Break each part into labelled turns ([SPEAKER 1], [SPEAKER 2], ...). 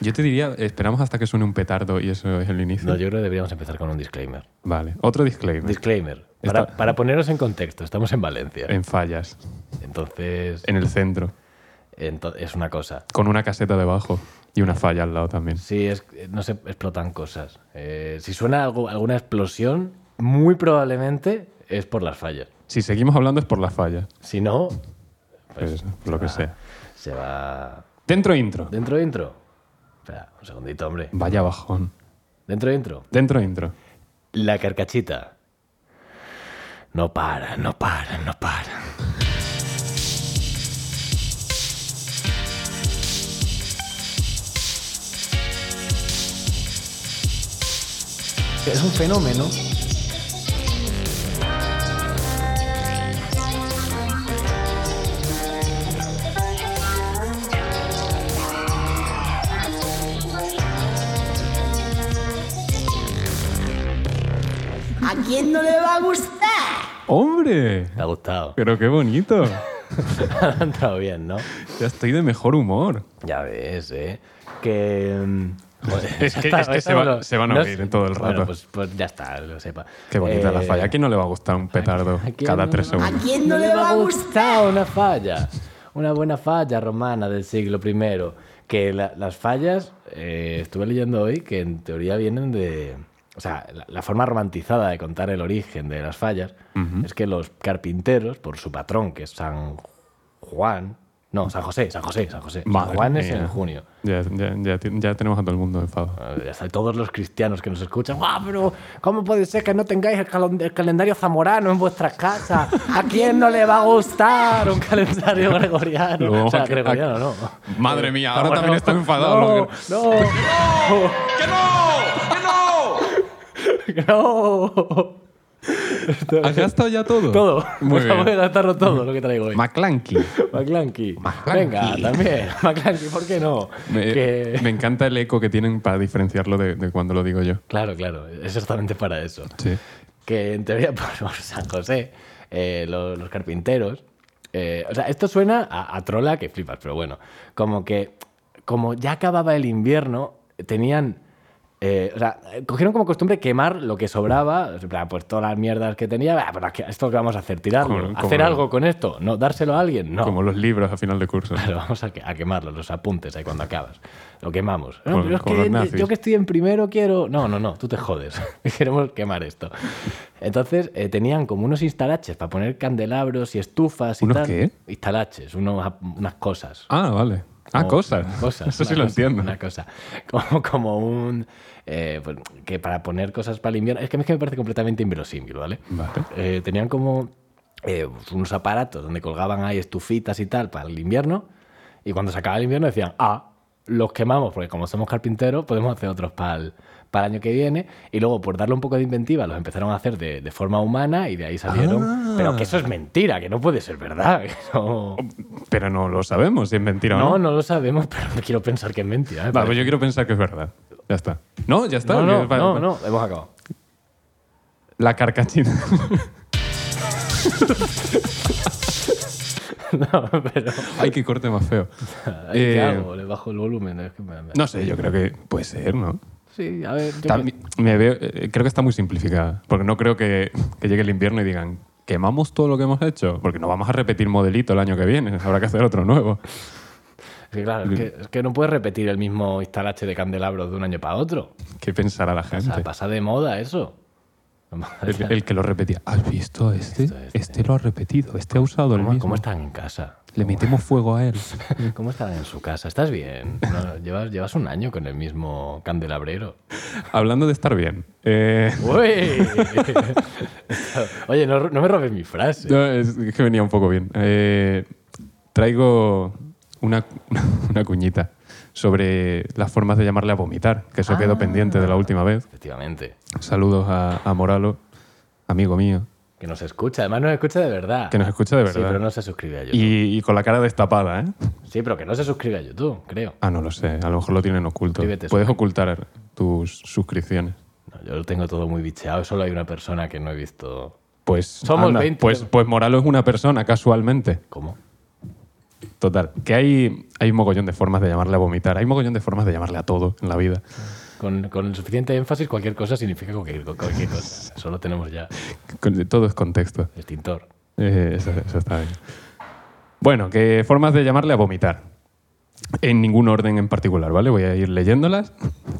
[SPEAKER 1] Yo te diría, esperamos hasta que suene un petardo y eso es el inicio.
[SPEAKER 2] No, yo creo que deberíamos empezar con un disclaimer.
[SPEAKER 1] Vale, otro disclaimer.
[SPEAKER 2] Disclaimer. Para,
[SPEAKER 1] Está-
[SPEAKER 2] para poneros en contexto, estamos en Valencia.
[SPEAKER 1] en fallas,
[SPEAKER 2] Entonces,
[SPEAKER 1] en el centro,
[SPEAKER 2] ento- es una cosa.
[SPEAKER 1] con una caseta debajo y una falla al lado también.
[SPEAKER 2] Sí, es, no se explotan cosas. Eh, si suena algo, alguna explosión, muy probablemente es por las fallas.
[SPEAKER 1] Si seguimos hablando es por las fallas,
[SPEAKER 2] Si no,
[SPEAKER 1] pues, lo que sea.
[SPEAKER 2] se va.
[SPEAKER 1] Dentro intro.
[SPEAKER 2] ¿Dentro intro? Espera, un segundito, hombre.
[SPEAKER 1] Vaya bajón.
[SPEAKER 2] ¿Dentro intro?
[SPEAKER 1] Dentro intro.
[SPEAKER 2] La carcachita. No para, no para, no para. Es un fenómeno.
[SPEAKER 3] ¿A quién no le va a gustar?
[SPEAKER 1] ¡Hombre!
[SPEAKER 2] Te ha gustado.
[SPEAKER 1] Pero qué bonito.
[SPEAKER 2] Ha entrado bien, ¿no?
[SPEAKER 1] Ya estoy de mejor humor.
[SPEAKER 2] Ya ves, ¿eh? Que... mm, joder,
[SPEAKER 1] Es
[SPEAKER 2] ya
[SPEAKER 1] que- es que se va-
[SPEAKER 2] bueno,
[SPEAKER 1] se van a
[SPEAKER 2] no
[SPEAKER 1] oír
[SPEAKER 2] es-
[SPEAKER 1] todo el rato.
[SPEAKER 2] Bueno, pues, pues ya está, lo sepa.
[SPEAKER 1] Qué bonita la
[SPEAKER 2] Eh,
[SPEAKER 1] falla. ¿A quién no le va a gustar un petardo
[SPEAKER 2] ¿A quién
[SPEAKER 1] cada
[SPEAKER 2] no
[SPEAKER 1] tres
[SPEAKER 2] le va-
[SPEAKER 1] segundos?
[SPEAKER 3] quién no le va a
[SPEAKER 2] gustar una falla? Una buena falla romana del siglo I. Que la- las fallas, eh, estuve leyendo hoy, que en teoría vienen de... O sea, la, la forma romantizada de contar el origen de las fallas es que los carpinteros, por su patrón, que es San Juan... No, San José, San José, San José.
[SPEAKER 1] Madre
[SPEAKER 2] San Juan es
[SPEAKER 1] mía.
[SPEAKER 2] en junio.
[SPEAKER 1] Ya, ya- ya ti- ya tenemos a todo el mundo enfado.
[SPEAKER 2] Eh, Hasta todos los cristianos que nos escuchan, ¡guau! Pero, ¿cómo puede ser que no tengáis el, calon- el calendario zamorano en vuestras casas? ¿A quién no le va a gustar un calendario gregoriano?
[SPEAKER 1] Luego,
[SPEAKER 2] o sea,
[SPEAKER 1] ¿a qué-
[SPEAKER 2] gregoriano, no.
[SPEAKER 1] Madre mía, ahora
[SPEAKER 2] No,
[SPEAKER 1] también
[SPEAKER 2] Eh, no,
[SPEAKER 1] estoy enfadado.
[SPEAKER 2] No,
[SPEAKER 1] lo que-
[SPEAKER 2] no, que no.
[SPEAKER 1] ¿Has gastado ya todo?
[SPEAKER 2] Todo.
[SPEAKER 1] Muy
[SPEAKER 2] Acabo de
[SPEAKER 1] bien.
[SPEAKER 2] gastarlo todo lo que traigo hoy.
[SPEAKER 1] McClanky.
[SPEAKER 2] McClanky.
[SPEAKER 1] McClanky.
[SPEAKER 2] Venga, también. McClanky, ¿por qué no?
[SPEAKER 1] Me,
[SPEAKER 2] Que-
[SPEAKER 1] me encanta el eco que tienen para diferenciarlo de, de cuando lo digo yo.
[SPEAKER 2] Claro, claro, es exactamente para eso.
[SPEAKER 1] Sí.
[SPEAKER 2] que en teoría por, por San José, eh, lo- los, carpinteros. eh, o sea, esto suena a, a trola que flipas, pero bueno. Como que, como ya acababa el invierno, tenían. eh, o sea, cogieron como costumbre quemar lo que sobraba, en plan, pues todas las mierdas que tenía, "Ah, pero aquí- esto que vamos a hacer, tirarlo,
[SPEAKER 1] Como- como
[SPEAKER 2] hacer
[SPEAKER 1] lo-
[SPEAKER 2] algo con esto, no dárselo a alguien, no.
[SPEAKER 1] Como los libros a final de curso.
[SPEAKER 2] Claro, vamos a, que- a quemarlos, los apuntes ahí cuando acabas. Lo quemamos. No,
[SPEAKER 1] Con-
[SPEAKER 2] pero es
[SPEAKER 1] con
[SPEAKER 2] que
[SPEAKER 1] los
[SPEAKER 2] Ah, yo-
[SPEAKER 1] nazis.
[SPEAKER 2] yo que estoy en primero quiero. No, no, no, tú te jodes. Queremos quemar esto. Entonces eh, tenían como unos instalaches para poner candelabros y estufas y
[SPEAKER 1] ¿Unos
[SPEAKER 2] tal.
[SPEAKER 1] qué?
[SPEAKER 2] Instalaches, unos ap- unas cosas.
[SPEAKER 1] Ah, vale. Ah,
[SPEAKER 2] Como-
[SPEAKER 1] cosas.
[SPEAKER 2] cosas,
[SPEAKER 1] Eso sí
[SPEAKER 2] una
[SPEAKER 1] lo
[SPEAKER 2] cosa,
[SPEAKER 1] entiendo.
[SPEAKER 2] Una cosa. Como, como un. eh, pues, que para poner cosas para el invierno. Es que a mí es que me parece completamente inverosímil, ¿vale?
[SPEAKER 1] Vale.
[SPEAKER 2] Eh, tenían como eh, pues, unos aparatos donde colgaban ahí estufitas y tal para el invierno. Y cuando se acaba el invierno decían, ah, los quemamos, porque como somos carpinteros, podemos hacer otros para el, para el año que viene. Y luego, por darle un poco de inventiva, los empezaron a hacer de, de forma humana y de ahí salieron.
[SPEAKER 1] Ah.
[SPEAKER 2] Pero que eso es mentira, que no puede ser verdad. que no-
[SPEAKER 1] Pero no lo sabemos si es mentira o no.
[SPEAKER 2] no, no lo sabemos, pero quiero pensar que es mentira. me
[SPEAKER 1] Vale,
[SPEAKER 2] parece.
[SPEAKER 1] pues yo quiero pensar que es verdad. Ya está. No, ya está.
[SPEAKER 2] no,
[SPEAKER 1] que-
[SPEAKER 2] no,
[SPEAKER 1] vale,
[SPEAKER 2] no,
[SPEAKER 1] vale.
[SPEAKER 2] no, hemos acabado.
[SPEAKER 1] La carcachina.
[SPEAKER 2] No, pero.
[SPEAKER 1] Ay, qué corte más feo.
[SPEAKER 2] Ay, ¿Qué
[SPEAKER 1] Eh,
[SPEAKER 2] hago? Le bajo el volumen. es que me- me-
[SPEAKER 1] No sé, yo creo que puede ser, ¿no?
[SPEAKER 2] Sí, a ver. yo qué-
[SPEAKER 1] También- me veo, eh, creo que está muy simplificada. Porque no creo que, que llegue el invierno y digan, quemamos todo lo que hemos hecho. Porque no vamos a repetir modelito el año que viene. Habrá que hacer otro nuevo.
[SPEAKER 2] Sí, claro, es que, es que no puedes repetir el mismo instalache de candelabros de un año para otro.
[SPEAKER 1] ¿Qué pensará la
[SPEAKER 2] O sea,
[SPEAKER 1] gente?
[SPEAKER 2] pasa de moda eso.
[SPEAKER 1] El, el que lo repetía. ¿Has visto este?
[SPEAKER 2] Esto,
[SPEAKER 1] Este, lo ha repetido. Este ha usado el
[SPEAKER 2] ¿Cómo,
[SPEAKER 1] mismo.
[SPEAKER 2] cómo están en casa?
[SPEAKER 1] Le metemos fuego a él.
[SPEAKER 2] ¿Cómo están en su casa? ¿Estás bien? No, llevas, llevas un año con el mismo candelabrero.
[SPEAKER 1] Hablando de estar bien. eh,
[SPEAKER 2] ¡Uy! Oye, no, no me robes mi frase.
[SPEAKER 1] No, es es que venía un poco bien. Eh, traigo una, una cuñita sobre las formas de llamarle a vomitar, que eso
[SPEAKER 2] Ah.
[SPEAKER 1] quedó pendiente de la última vez.
[SPEAKER 2] Efectivamente.
[SPEAKER 1] Saludos a, a Moralo, amigo mío,
[SPEAKER 2] Que nos escucha, además nos escucha de verdad.
[SPEAKER 1] que nos escucha de
[SPEAKER 2] Sí,
[SPEAKER 1] verdad.
[SPEAKER 2] pero no se suscribe a YouTube.
[SPEAKER 1] y, y con la cara destapada, ¿eh?
[SPEAKER 2] Sí, pero que no se suscribe a YouTube, creo.
[SPEAKER 1] Ah, no lo sé, a lo mejor lo tienen oculto.
[SPEAKER 2] Suscríbete,
[SPEAKER 1] Puedes ocultar tus suscripciones.
[SPEAKER 2] No, yo lo tengo todo muy bicheado, solo hay una persona que no he visto.
[SPEAKER 1] Pues,
[SPEAKER 2] Somos 20.
[SPEAKER 1] Pues, pues Moralo es una persona, casualmente.
[SPEAKER 2] ¿Cómo?
[SPEAKER 1] Total, que hay, hay un mogollón de formas de llamarle a vomitar, hay un mogollón de formas de llamarle a todo en la vida.
[SPEAKER 2] Con, con el suficiente énfasis, cualquier cosa significa cualquier, cualquier cosa. Eso lo tenemos ya.
[SPEAKER 1] Con- Todo es contexto.
[SPEAKER 2] Extintor.
[SPEAKER 1] Eh, eso, eso está bien. Bueno, que formas de llamarle a vomitar. En ningún orden en particular, ¿vale? Voy a ir leyéndolas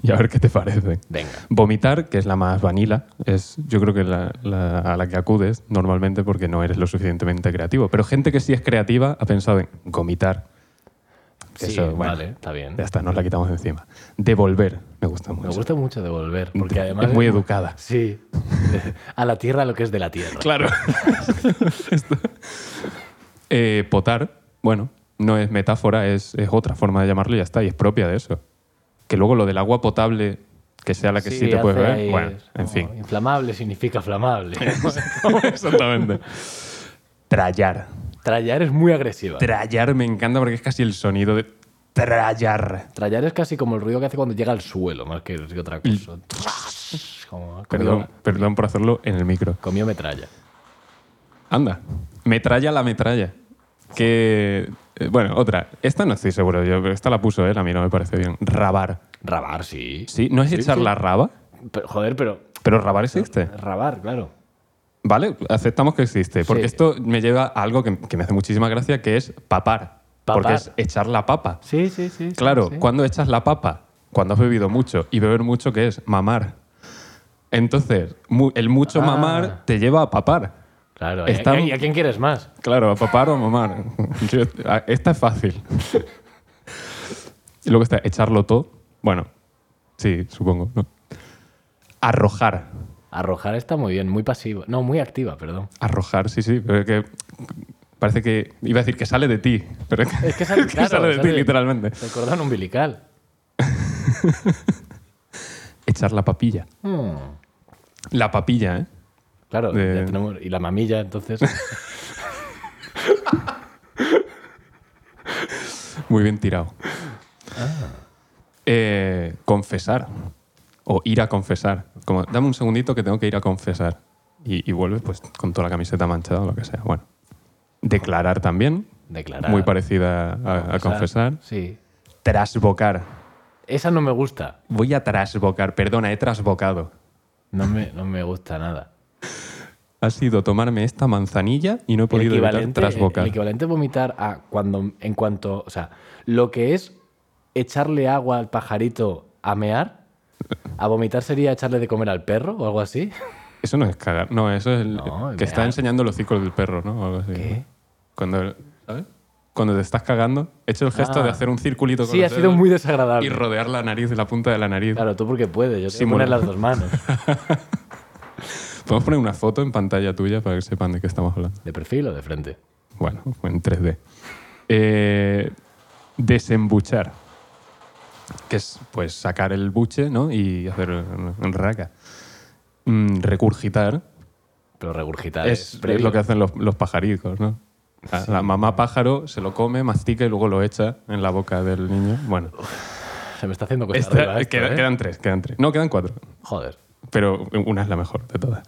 [SPEAKER 1] y a ver qué te parecen.
[SPEAKER 2] Venga.
[SPEAKER 1] Vomitar, que es la más vanila, es yo creo que la, la- a la que acudes normalmente porque no eres lo suficientemente creativo. Pero gente que sí es creativa ha pensado en gomitar. Que
[SPEAKER 2] Sí,
[SPEAKER 1] eso, bueno,
[SPEAKER 2] vale, está bien.
[SPEAKER 1] Ya está, nos la quitamos de encima. Devolver, me gusta mucho.
[SPEAKER 2] Me gusta mucho devolver, porque
[SPEAKER 1] Es
[SPEAKER 2] además...
[SPEAKER 1] muy educada.
[SPEAKER 2] Sí. A la tierra lo que es de la tierra.
[SPEAKER 1] Claro. Eh, potar, bueno, no es metáfora, es, es otra forma de llamarlo y ya está, y es propia de eso. Que luego lo del agua potable, que sea la que sí, te puedes
[SPEAKER 2] hace
[SPEAKER 1] beber,
[SPEAKER 2] ahí-
[SPEAKER 1] bueno, en
[SPEAKER 2] como
[SPEAKER 1] fin.
[SPEAKER 2] Inflamable significa flamable.
[SPEAKER 1] Exactamente. Trallar.
[SPEAKER 2] Trallar es muy agresiva.
[SPEAKER 1] Trallar me encanta porque es casi el sonido de trallar.
[SPEAKER 2] Trallar es casi como el ruido que hace cuando llega al suelo, más que que otra cosa. Como,
[SPEAKER 1] Mm. Perdón,
[SPEAKER 2] comió-
[SPEAKER 1] perdón por hacerlo en el micro.
[SPEAKER 2] Comió metralla.
[SPEAKER 1] Anda, metralla la metralla. Que, eh, bueno, otra. Esta no estoy seguro, yo, pero esta la puso él, a mí no me parece bien. Rabar.
[SPEAKER 2] Rabar, sí.
[SPEAKER 1] Sí, no es echar
[SPEAKER 2] sí.
[SPEAKER 1] la raba,
[SPEAKER 2] Pero, joder, pero.
[SPEAKER 1] pero rabar existe.
[SPEAKER 2] Rabar, claro.
[SPEAKER 1] ¿Vale? Aceptamos que existe. Porque
[SPEAKER 2] Sí.
[SPEAKER 1] esto me lleva a algo que, que me hace muchísima gracia, que es papar. Porque
[SPEAKER 2] Papar.
[SPEAKER 1] es echar la papa.
[SPEAKER 2] Sí, sí, sí.
[SPEAKER 1] Claro, cuando echas la papa? Cuando has bebido mucho. Y beber mucho, ¿qué es? Mamar. Entonces, mu- el mucho
[SPEAKER 2] Ah.
[SPEAKER 1] mamar te lleva a papar.
[SPEAKER 2] Claro.
[SPEAKER 1] Está-
[SPEAKER 2] ¿Y, a, y a quién quieres más?
[SPEAKER 1] Claro, a papar o a mamar. Yo- a- esta es fácil. Y luego está echarlo todo. Bueno, sí, supongo. ¿no? Arrojar.
[SPEAKER 2] Arrojar está muy bien, muy pasiva. No, muy activa, perdón.
[SPEAKER 1] Arrojar, sí, sí. Pero es que parece que. Iba a decir que sale de ti. Pero es que,
[SPEAKER 2] Es que sale,
[SPEAKER 1] es que
[SPEAKER 2] claro,
[SPEAKER 1] sale de
[SPEAKER 2] sale
[SPEAKER 1] ti,
[SPEAKER 2] de-
[SPEAKER 1] literalmente.
[SPEAKER 2] El cordón umbilical.
[SPEAKER 1] Echar la papilla.
[SPEAKER 2] Mm.
[SPEAKER 1] La papilla, ¿eh?
[SPEAKER 2] Claro,
[SPEAKER 1] De-
[SPEAKER 2] ya tenemos. Y la mamilla, entonces.
[SPEAKER 1] Muy bien tirado. Ah. Eh, confesar. O ir a confesar. Como, dame un segundito que tengo que ir a confesar. Y, y vuelves pues con toda la camiseta manchada o lo que sea. Bueno. Declarar también.
[SPEAKER 2] Declarar.
[SPEAKER 1] Muy parecida a, a confesar.
[SPEAKER 2] Sí.
[SPEAKER 1] Trasbocar.
[SPEAKER 2] Esa no me gusta.
[SPEAKER 1] Voy a trasbocar. Perdona, he trasbocado.
[SPEAKER 2] No me, no me gusta nada.
[SPEAKER 1] Ha sido tomarme esta manzanilla y no he
[SPEAKER 2] El
[SPEAKER 1] podido evitar
[SPEAKER 2] equivalente,
[SPEAKER 1] trasbocar.
[SPEAKER 2] el equivalente es vomitar a cuando, en cuanto, o sea, lo que es echarle agua al pajarito a mear, a vomitar sería echarle de comer al perro o algo así.
[SPEAKER 1] Eso no es cagar. No, eso es el
[SPEAKER 2] No,
[SPEAKER 1] que está
[SPEAKER 2] vea.
[SPEAKER 1] enseñando los ciclos del perro, ¿no? O algo así.
[SPEAKER 2] ¿Qué?
[SPEAKER 1] Cuando, ¿sabes? Cuando te estás cagando, he hecho el gesto
[SPEAKER 2] Ah.
[SPEAKER 1] de hacer un circulito con
[SPEAKER 2] Sí, ha
[SPEAKER 1] los
[SPEAKER 2] sido
[SPEAKER 1] dedos
[SPEAKER 2] muy
[SPEAKER 1] y
[SPEAKER 2] desagradable.
[SPEAKER 1] rodear la nariz, la punta de la nariz.
[SPEAKER 2] Claro, tú porque puedes, yo
[SPEAKER 1] Sí,
[SPEAKER 2] tengo que poner
[SPEAKER 1] bueno.
[SPEAKER 2] las dos manos.
[SPEAKER 1] Podemos poner una foto en pantalla tuya para que sepan de qué estamos hablando.
[SPEAKER 2] ¿De perfil o de frente?
[SPEAKER 1] Bueno, en 3D. Eh, desembuchar. Que es, pues, sacar el buche, ¿no? Y hacer un, un raca. Mm, recurgitar.
[SPEAKER 2] Pero regurgitar
[SPEAKER 1] es,
[SPEAKER 2] es,
[SPEAKER 1] es
[SPEAKER 2] previo.
[SPEAKER 1] lo que hacen los, los pajaricos, ¿no? La, la mamá pájaro se lo come, mastica y luego lo echa en la boca del niño. Bueno, pues
[SPEAKER 2] Se me está haciendo cuesta
[SPEAKER 1] esta-
[SPEAKER 2] arriba esto,
[SPEAKER 1] queda-
[SPEAKER 2] ¿eh?
[SPEAKER 1] quedan tres, quedan tres. No, quedan cuatro,
[SPEAKER 2] Joder.
[SPEAKER 1] pero una es la mejor de todas.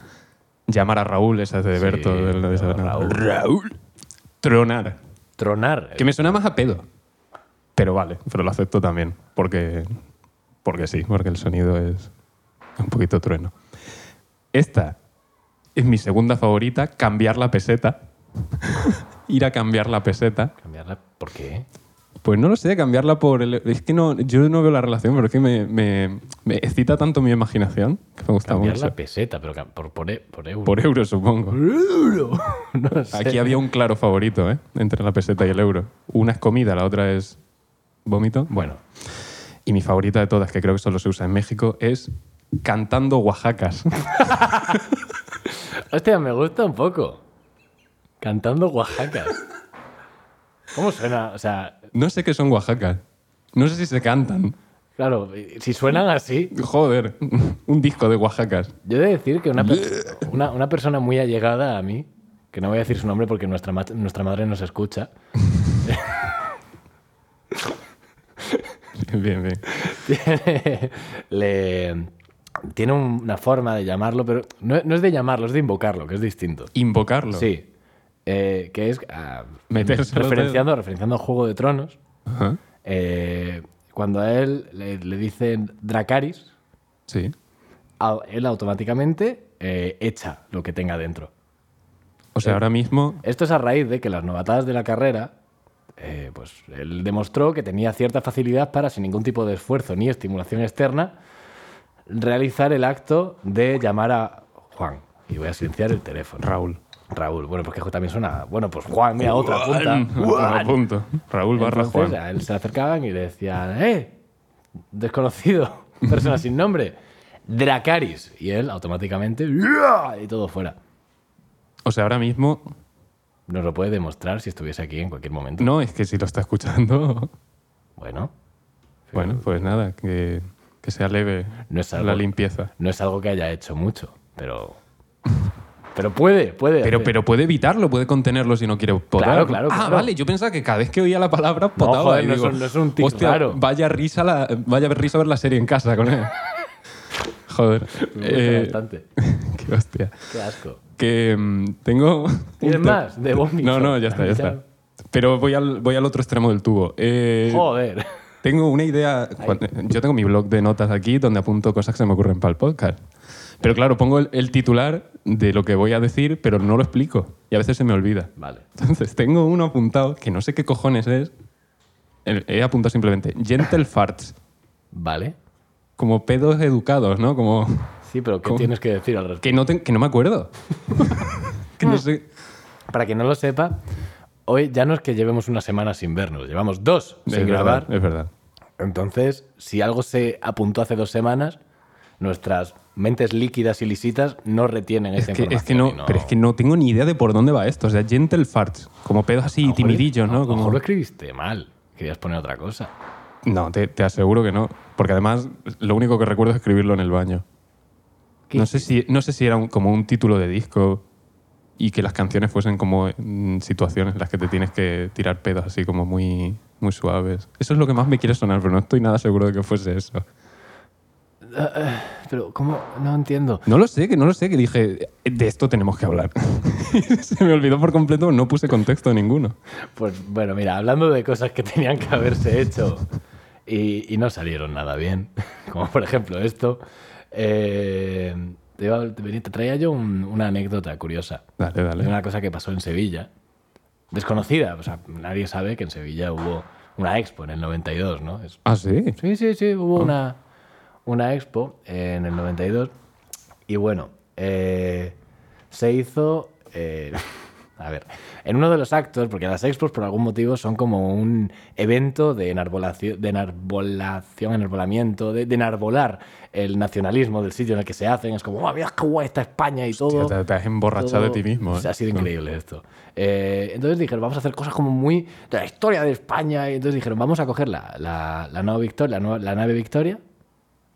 [SPEAKER 1] Llamar a Raúl, esa es de Berto. de la- de esa-
[SPEAKER 2] Raúl.
[SPEAKER 1] Raúl. Tronar.
[SPEAKER 2] Tronar.
[SPEAKER 1] Que me suena más a pedo. Pero vale, pero lo acepto también, porque, porque sí, porque el sonido es un poquito trueno. Esta es mi segunda favorita, cambiar la peseta. Ir a cambiar la peseta.
[SPEAKER 2] Cambiarla. ¿Por qué?
[SPEAKER 1] Pues no lo sé, cambiarla por... El, es que no, yo no veo la relación, pero es que me, me- me excita tanto mi imaginación que me gusta
[SPEAKER 2] Cambiar la
[SPEAKER 1] mucho.
[SPEAKER 2] peseta, pero cam- por, por, e- por euro.
[SPEAKER 1] Por euro, supongo.
[SPEAKER 2] No sé.
[SPEAKER 1] Aquí había un claro favorito, ¿eh? Entre la peseta y el euro. Una es comida, la otra es vómito. Bueno. Y mi favorita de todas, que creo que solo se usa en México, es cantando Oaxacas.
[SPEAKER 2] Hostia, me gusta un poco. Cantando Oaxacas. ¿Cómo suena? O sea,
[SPEAKER 1] No sé qué son Oaxacas. No sé si se cantan.
[SPEAKER 2] claro, si suenan así,
[SPEAKER 1] Joder, un disco de Oaxacas.
[SPEAKER 2] yo he de decir que una, per- una, una persona muy allegada a mí, que no voy a decir su nombre porque nuestra, ma- nuestra madre nos escucha,
[SPEAKER 1] Bien, bien.
[SPEAKER 2] tiene, le- tiene un- una forma de llamarlo, pero no, no es de llamarlo, es de invocarlo, que es distinto.
[SPEAKER 1] Invocarlo.
[SPEAKER 2] Sí. eh, que es ah,
[SPEAKER 1] Meterse los
[SPEAKER 2] referenciando, referenciando a Juego de Tronos.
[SPEAKER 1] Ajá.
[SPEAKER 2] eh, cuando a él le, le dicen Dracaris,
[SPEAKER 1] Sí.
[SPEAKER 2] a- él automáticamente eh, echa lo que tenga dentro.
[SPEAKER 1] O sea, ahora mismo.
[SPEAKER 2] Esto es a raíz de que las novatadas de la carrera, eh, pues él demostró que tenía cierta facilidad para, sin ningún tipo de esfuerzo ni estimulación externa, realizar el acto de llamar a Juan. Y voy a silenciar el teléfono.
[SPEAKER 1] Raúl.
[SPEAKER 2] Raúl, bueno, porque es que también suena. Bueno, pues Juan, mira, otra punta.
[SPEAKER 1] Otro punto. Raúl barra
[SPEAKER 2] Entonces,
[SPEAKER 1] Juan.
[SPEAKER 2] a él se acercaban y le decían, ¡eh! Desconocido, persona sin nombre, Dracaris. Y él automáticamente, "¡Uah!", y todo fuera.
[SPEAKER 1] O sea, ahora mismo.
[SPEAKER 2] Nos lo puede demostrar si estuviese aquí en cualquier momento.
[SPEAKER 1] No, es que si lo está escuchando.
[SPEAKER 2] Bueno,
[SPEAKER 1] Bueno, pues nada, que, que sea leve
[SPEAKER 2] No es algo-
[SPEAKER 1] la limpieza.
[SPEAKER 2] no es algo que haya hecho mucho, pero. Pero puede, puede.
[SPEAKER 1] Pero,
[SPEAKER 2] hacer.
[SPEAKER 1] pero puede evitarlo, puede contenerlo si no quiere potar.
[SPEAKER 2] Claro, claro,
[SPEAKER 1] Ah,
[SPEAKER 2] claro.
[SPEAKER 1] vale, yo pensaba que cada vez que oía la palabra potaba.
[SPEAKER 2] joder,
[SPEAKER 1] y
[SPEAKER 2] no es
[SPEAKER 1] digo,
[SPEAKER 2] un- no es un tic
[SPEAKER 1] hostia,
[SPEAKER 2] raro".
[SPEAKER 1] Vaya risa, la, vaya risa ver la serie en casa con él. joder.
[SPEAKER 2] Me gusta
[SPEAKER 1] eh,
[SPEAKER 2] bastante.
[SPEAKER 1] qué hostia.
[SPEAKER 2] Qué asco.
[SPEAKER 1] Que mm, tengo.
[SPEAKER 2] ¿Tienes
[SPEAKER 1] un te-
[SPEAKER 2] más? De vómito.
[SPEAKER 1] No, no, ya está, ya está. Pero voy al, voy al otro extremo del tubo. Eh,
[SPEAKER 2] Joder.
[SPEAKER 1] tengo una idea. cuan- Yo tengo mi blog de notas aquí donde apunto cosas que se me ocurren para el podcast. Pero claro, pongo el, el titular de lo que voy a decir, pero no lo explico. Y a veces se me olvida.
[SPEAKER 2] Vale.
[SPEAKER 1] Entonces tengo uno apuntado que no sé qué cojones es. El- He apuntado simplemente Gentle Farts.
[SPEAKER 2] Vale.
[SPEAKER 1] Como pedos educados, ¿no? Como
[SPEAKER 2] Sí, pero ¿qué
[SPEAKER 1] ¿Cómo?
[SPEAKER 2] tienes que decir al respecto?
[SPEAKER 1] que no, te- que no me acuerdo. que no sé.
[SPEAKER 2] Mm. Para quien no lo sepa, hoy ya no es que llevemos una semana sin vernos, llevamos dos sin
[SPEAKER 1] es
[SPEAKER 2] grabar.
[SPEAKER 1] verdad, es verdad.
[SPEAKER 2] Entonces, si algo se apuntó hace dos semanas, nuestras mentes líquidas y lisitas no retienen
[SPEAKER 1] Es
[SPEAKER 2] esa
[SPEAKER 1] que,
[SPEAKER 2] información.
[SPEAKER 1] es que no,
[SPEAKER 2] y
[SPEAKER 1] pero es que no tengo ni idea de por dónde va esto. O sea, gentle farts, como pedos
[SPEAKER 2] A lo
[SPEAKER 1] así
[SPEAKER 2] mejor-
[SPEAKER 1] timidillos,
[SPEAKER 2] a lo
[SPEAKER 1] ¿no? Como-
[SPEAKER 2] mejor lo escribiste mal, querías poner otra cosa.
[SPEAKER 1] No, te, te aseguro que no. Porque además, lo único que recuerdo es escribirlo en el baño.
[SPEAKER 2] ¿Qué
[SPEAKER 1] No sé, si, no sé si era un- como un título de disco y que las canciones fuesen como mm, situaciones en las que te tienes que tirar pedos así como muy, muy suaves. Eso es lo que más me quiere sonar, pero no estoy nada seguro de que fuese eso.
[SPEAKER 2] Pero, ¿cómo? No entiendo.
[SPEAKER 1] No lo sé, que no lo sé, que dije, "Eh, de esto tenemos que hablar. Se me olvidó por completo, no puse contexto ninguno.
[SPEAKER 2] Pues bueno, mira, hablando de cosas que tenían que haberse hecho y, y no salieron nada bien, como por ejemplo esto, eh, te, iba a- te venía- te traía yo un- una anécdota curiosa
[SPEAKER 1] Dale,
[SPEAKER 2] de
[SPEAKER 1] dale.
[SPEAKER 2] una cosa que pasó en Sevilla, desconocida, o sea, nadie sabe que en Sevilla hubo una expo en el 92, ¿no? Es-
[SPEAKER 1] Ah, sí.
[SPEAKER 2] Sí, sí, sí, hubo una, una expo en el 92 y bueno, eh, se hizo, eh, a ver, en uno de los actos, porque las expos por algún motivo son como un evento de enarbolación, de enarbolación enarbolamiento, de, de enarbolar el nacionalismo del sitio en el que se hacen, es como, ¡oh, mira qué guay está España y todo!
[SPEAKER 1] Hostia, te, te has emborrachado de
[SPEAKER 2] todo-
[SPEAKER 1] ti mismo. ¿eh?
[SPEAKER 2] Ha sido increíble esto. Eh, entonces dijeron, vamos a hacer cosas como muy de la historia de España. Y entonces dijeron, vamos a coger la, la, la nave Victoria, la, nue- la nave Victoria,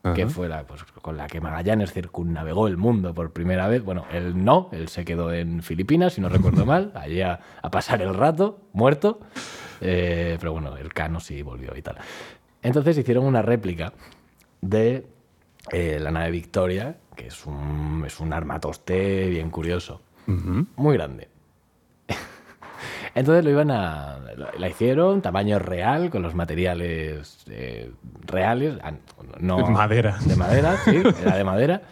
[SPEAKER 1] Ajá.
[SPEAKER 2] que fue la pues, con la que Magallanes circunnavegó el mundo por primera vez. Bueno, él no, él se quedó en Filipinas, si no recuerdo mal, allí a, a pasar el rato, muerto. Eh, pero bueno, el cano sí volvió y tal. Entonces hicieron una réplica de eh, la nave Victoria, que es un, es un armatoste bien curioso
[SPEAKER 1] Ujú.
[SPEAKER 2] muy grande. Entonces lo iban a. La hicieron, tamaño real, con los materiales eh, reales. ah, No,
[SPEAKER 1] De madera.
[SPEAKER 2] De madera, sí, era de madera.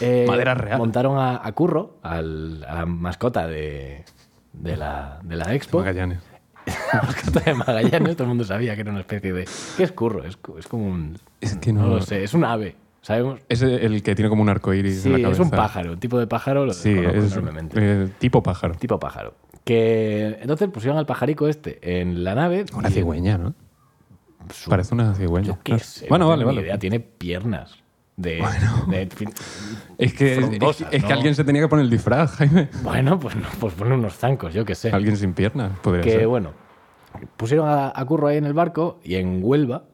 [SPEAKER 2] Eh,
[SPEAKER 1] Madera real.
[SPEAKER 2] Montaron a, a Curro, al- a la mascota de, de, la, de la expo.
[SPEAKER 1] Magallanes.
[SPEAKER 2] La mascota de Magallanes, todo el mundo sabía que era una especie de. ¿Qué es Curro? Es, cu- es como un.
[SPEAKER 1] Es que
[SPEAKER 2] No
[SPEAKER 1] no,
[SPEAKER 2] lo sé, es un ave. Sabemos.
[SPEAKER 1] Es el que tiene como un arco iris
[SPEAKER 2] Sí,
[SPEAKER 1] en la cabeza.
[SPEAKER 2] es un pájaro, un tipo de pájaro. Lo
[SPEAKER 1] Sí,
[SPEAKER 2] desconozco
[SPEAKER 1] es
[SPEAKER 2] enormemente.
[SPEAKER 1] eh, tipo pájaro.
[SPEAKER 2] tipo pájaro. Que entonces pusieron al pajarico este en la nave.
[SPEAKER 1] Una
[SPEAKER 2] y-
[SPEAKER 1] cigüeña, ¿no?
[SPEAKER 2] Su-
[SPEAKER 1] Parece una cigüeña.
[SPEAKER 2] Yo qué
[SPEAKER 1] No.
[SPEAKER 2] sé.
[SPEAKER 1] bueno,
[SPEAKER 2] no
[SPEAKER 1] vale,
[SPEAKER 2] tengo ni
[SPEAKER 1] vale.
[SPEAKER 2] idea, tiene piernas. De, de- en fin.
[SPEAKER 1] Es que, es-
[SPEAKER 2] Frondosas,
[SPEAKER 1] es que
[SPEAKER 2] ¿no?
[SPEAKER 1] alguien se tenía que poner el disfraz, Jaime.
[SPEAKER 2] Bueno, pues, no, pues poner unos zancos, yo qué sé.
[SPEAKER 1] Alguien sin piernas, podría
[SPEAKER 2] que
[SPEAKER 1] ser.
[SPEAKER 2] bueno, pusieron a, a Curro ahí en el barco y en Huelva,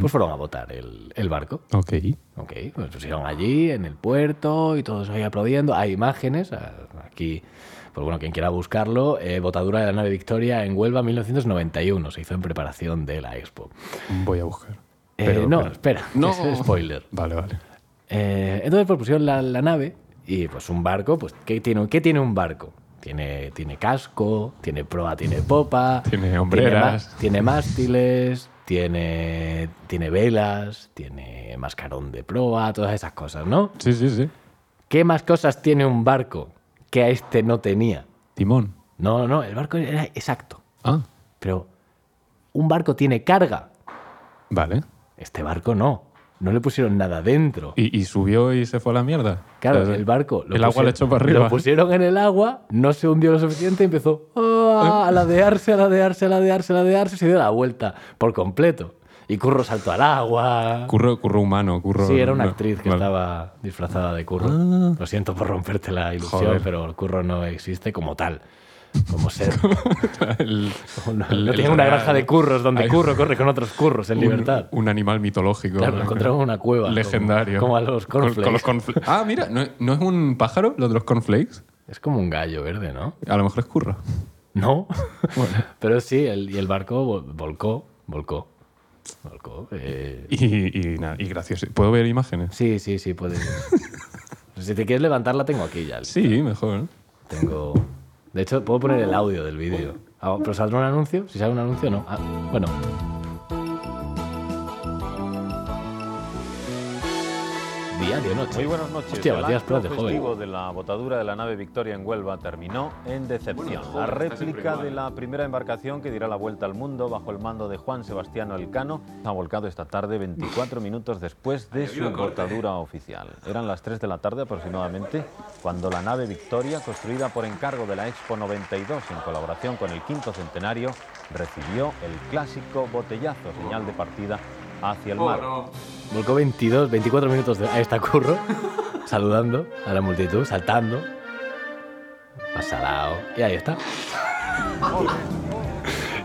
[SPEAKER 2] pues fueron a botar el, el barco.
[SPEAKER 1] Ok.
[SPEAKER 2] Ok, pues pusieron allí, en el puerto, y todos ahí aplaudiendo. Hay imágenes, a- aquí, pues bueno, quien quiera buscarlo, eh, botadura de la nave Victoria en Huelva 1991, se hizo en preparación de la Expo.
[SPEAKER 1] Voy a buscar.
[SPEAKER 2] Eh,
[SPEAKER 1] Pero-
[SPEAKER 2] no,
[SPEAKER 1] pero-
[SPEAKER 2] espera,
[SPEAKER 1] No.
[SPEAKER 2] es spoiler.
[SPEAKER 1] Vale, vale.
[SPEAKER 2] Eh, entonces, pues pusieron la, la nave y pues un barco, pues ¿qué tiene, ¿qué tiene un barco? Tiene, tiene casco, tiene proa, tiene popa.
[SPEAKER 1] Tiene hombreras.
[SPEAKER 2] ma- Tiene, mástiles, tiene, tiene velas, tiene mascarón de proa, todas esas cosas, ¿no?
[SPEAKER 1] Sí, sí, sí.
[SPEAKER 2] ¿Qué más cosas tiene un barco que a este no tenía?
[SPEAKER 1] Timón.
[SPEAKER 2] No, no, el barco era exacto.
[SPEAKER 1] Ah,
[SPEAKER 2] Pero un barco tiene carga.
[SPEAKER 1] vale.
[SPEAKER 2] Este barco no. No le pusieron nada dentro.
[SPEAKER 1] ¿Y, y subió y se fue a la mierda?
[SPEAKER 2] Claro,
[SPEAKER 1] O sea,
[SPEAKER 2] el barco. lo
[SPEAKER 1] el agua le echó
[SPEAKER 2] pusieron-
[SPEAKER 1] para arriba.
[SPEAKER 2] Lo pusieron en el agua, no se hundió lo suficiente y empezó ah, a ladearse, a ladearse, a ladearse, a ladearse. Se dio la vuelta por completo. Y Curro saltó al agua.
[SPEAKER 1] Curro, curro humano, curro...
[SPEAKER 2] Sí, era una
[SPEAKER 1] no,
[SPEAKER 2] actriz que
[SPEAKER 1] vale.
[SPEAKER 2] estaba disfrazada de Curro.
[SPEAKER 1] Ah.
[SPEAKER 2] Lo siento por romperte la ilusión,
[SPEAKER 1] Joder.
[SPEAKER 2] pero el Curro no existe como tal. Como ser.
[SPEAKER 1] El-
[SPEAKER 2] No,
[SPEAKER 1] el-
[SPEAKER 2] no
[SPEAKER 1] el
[SPEAKER 2] tiene una
[SPEAKER 1] real.
[SPEAKER 2] granja de curros donde
[SPEAKER 1] Ahí-
[SPEAKER 2] Curro corre con otros curros en
[SPEAKER 1] un-
[SPEAKER 2] libertad.
[SPEAKER 1] Un, animal mitológico.
[SPEAKER 2] Claro, lo encontramos en una cueva. como-
[SPEAKER 1] Legendario.
[SPEAKER 2] Como, a los
[SPEAKER 1] Con- con
[SPEAKER 2] cornflakes.
[SPEAKER 1] los cornfl- ah, mira, ¿no, no es un pájaro lo de los cornflakes?
[SPEAKER 2] Es como un gallo verde, ¿no?
[SPEAKER 1] A lo mejor es curro.
[SPEAKER 2] No. Pero sí, el, y el barco vol- volcó, volcó, volcó. eh,
[SPEAKER 1] Y, y nada, y gracioso. ¿Puedo ver imágenes?
[SPEAKER 2] Sí, sí, sí, puede. Pues si te quieres levantar, la tengo aquí ya.
[SPEAKER 1] Sí, mejor.
[SPEAKER 2] Tengo... De hecho, puedo poner el audio del vídeo. Ah, ¿Pero saldrá un anuncio? Si sale un anuncio, no. Ah, bueno. Día de noche.
[SPEAKER 4] Muy buenas noches.
[SPEAKER 2] Hostia,
[SPEAKER 4] el
[SPEAKER 2] Matías
[SPEAKER 4] acto
[SPEAKER 2] Prat de joven.
[SPEAKER 4] festivo de la botadura de la nave Victoria en Huelva terminó en decepción. la réplica de la primera embarcación que dirá la vuelta al mundo bajo el mando de Juan Sebastián Elcano ha volcado esta tarde 24 minutos después de su botadura oficial. Eran las 3 de la tarde aproximadamente cuando la nave Victoria, construida por encargo de la Expo 92 en colaboración con el quinto centenario, recibió el clásico botellazo, señal de partida hacia el mar.
[SPEAKER 2] Volcó 22, 24 minutos de, a esta curro, saludando a la multitud, saltando. Pasalao. Y ahí está.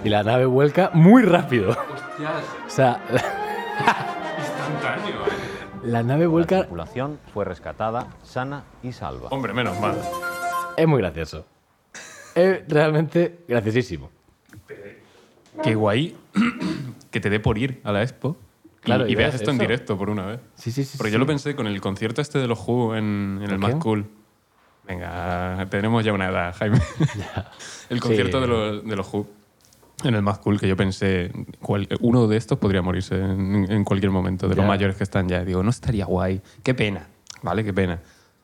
[SPEAKER 2] Y la nave vuelca muy rápido. O sea, la, la nave
[SPEAKER 4] La
[SPEAKER 2] vuelca
[SPEAKER 4] tripulación fue rescatada sana y salva.
[SPEAKER 1] Hombre, menos mal.
[SPEAKER 2] es muy gracioso. Es realmente graciosísimo.
[SPEAKER 1] Qué guay que te dé por ir a la expo. y-
[SPEAKER 2] Claro,
[SPEAKER 1] y,
[SPEAKER 2] y
[SPEAKER 1] veas
[SPEAKER 2] veas
[SPEAKER 1] esto en
[SPEAKER 2] eso.
[SPEAKER 1] directo por una vez.
[SPEAKER 2] Sí, sí, sí.
[SPEAKER 1] Porque yo lo pensé con el concierto este de los Who en, en el Mad
[SPEAKER 2] quién?
[SPEAKER 1] Cool. Venga, tenemos ya una edad, Jaime. el concierto
[SPEAKER 2] Sí.
[SPEAKER 1] de, los, de los Who en el Mad Cool, que yo pensé, cual- uno de estos podría morirse en, en cualquier momento, de
[SPEAKER 2] Ya.
[SPEAKER 1] los mayores que están ya. Digo, no estaría guay. Qué pena, ¿vale? Qué pena.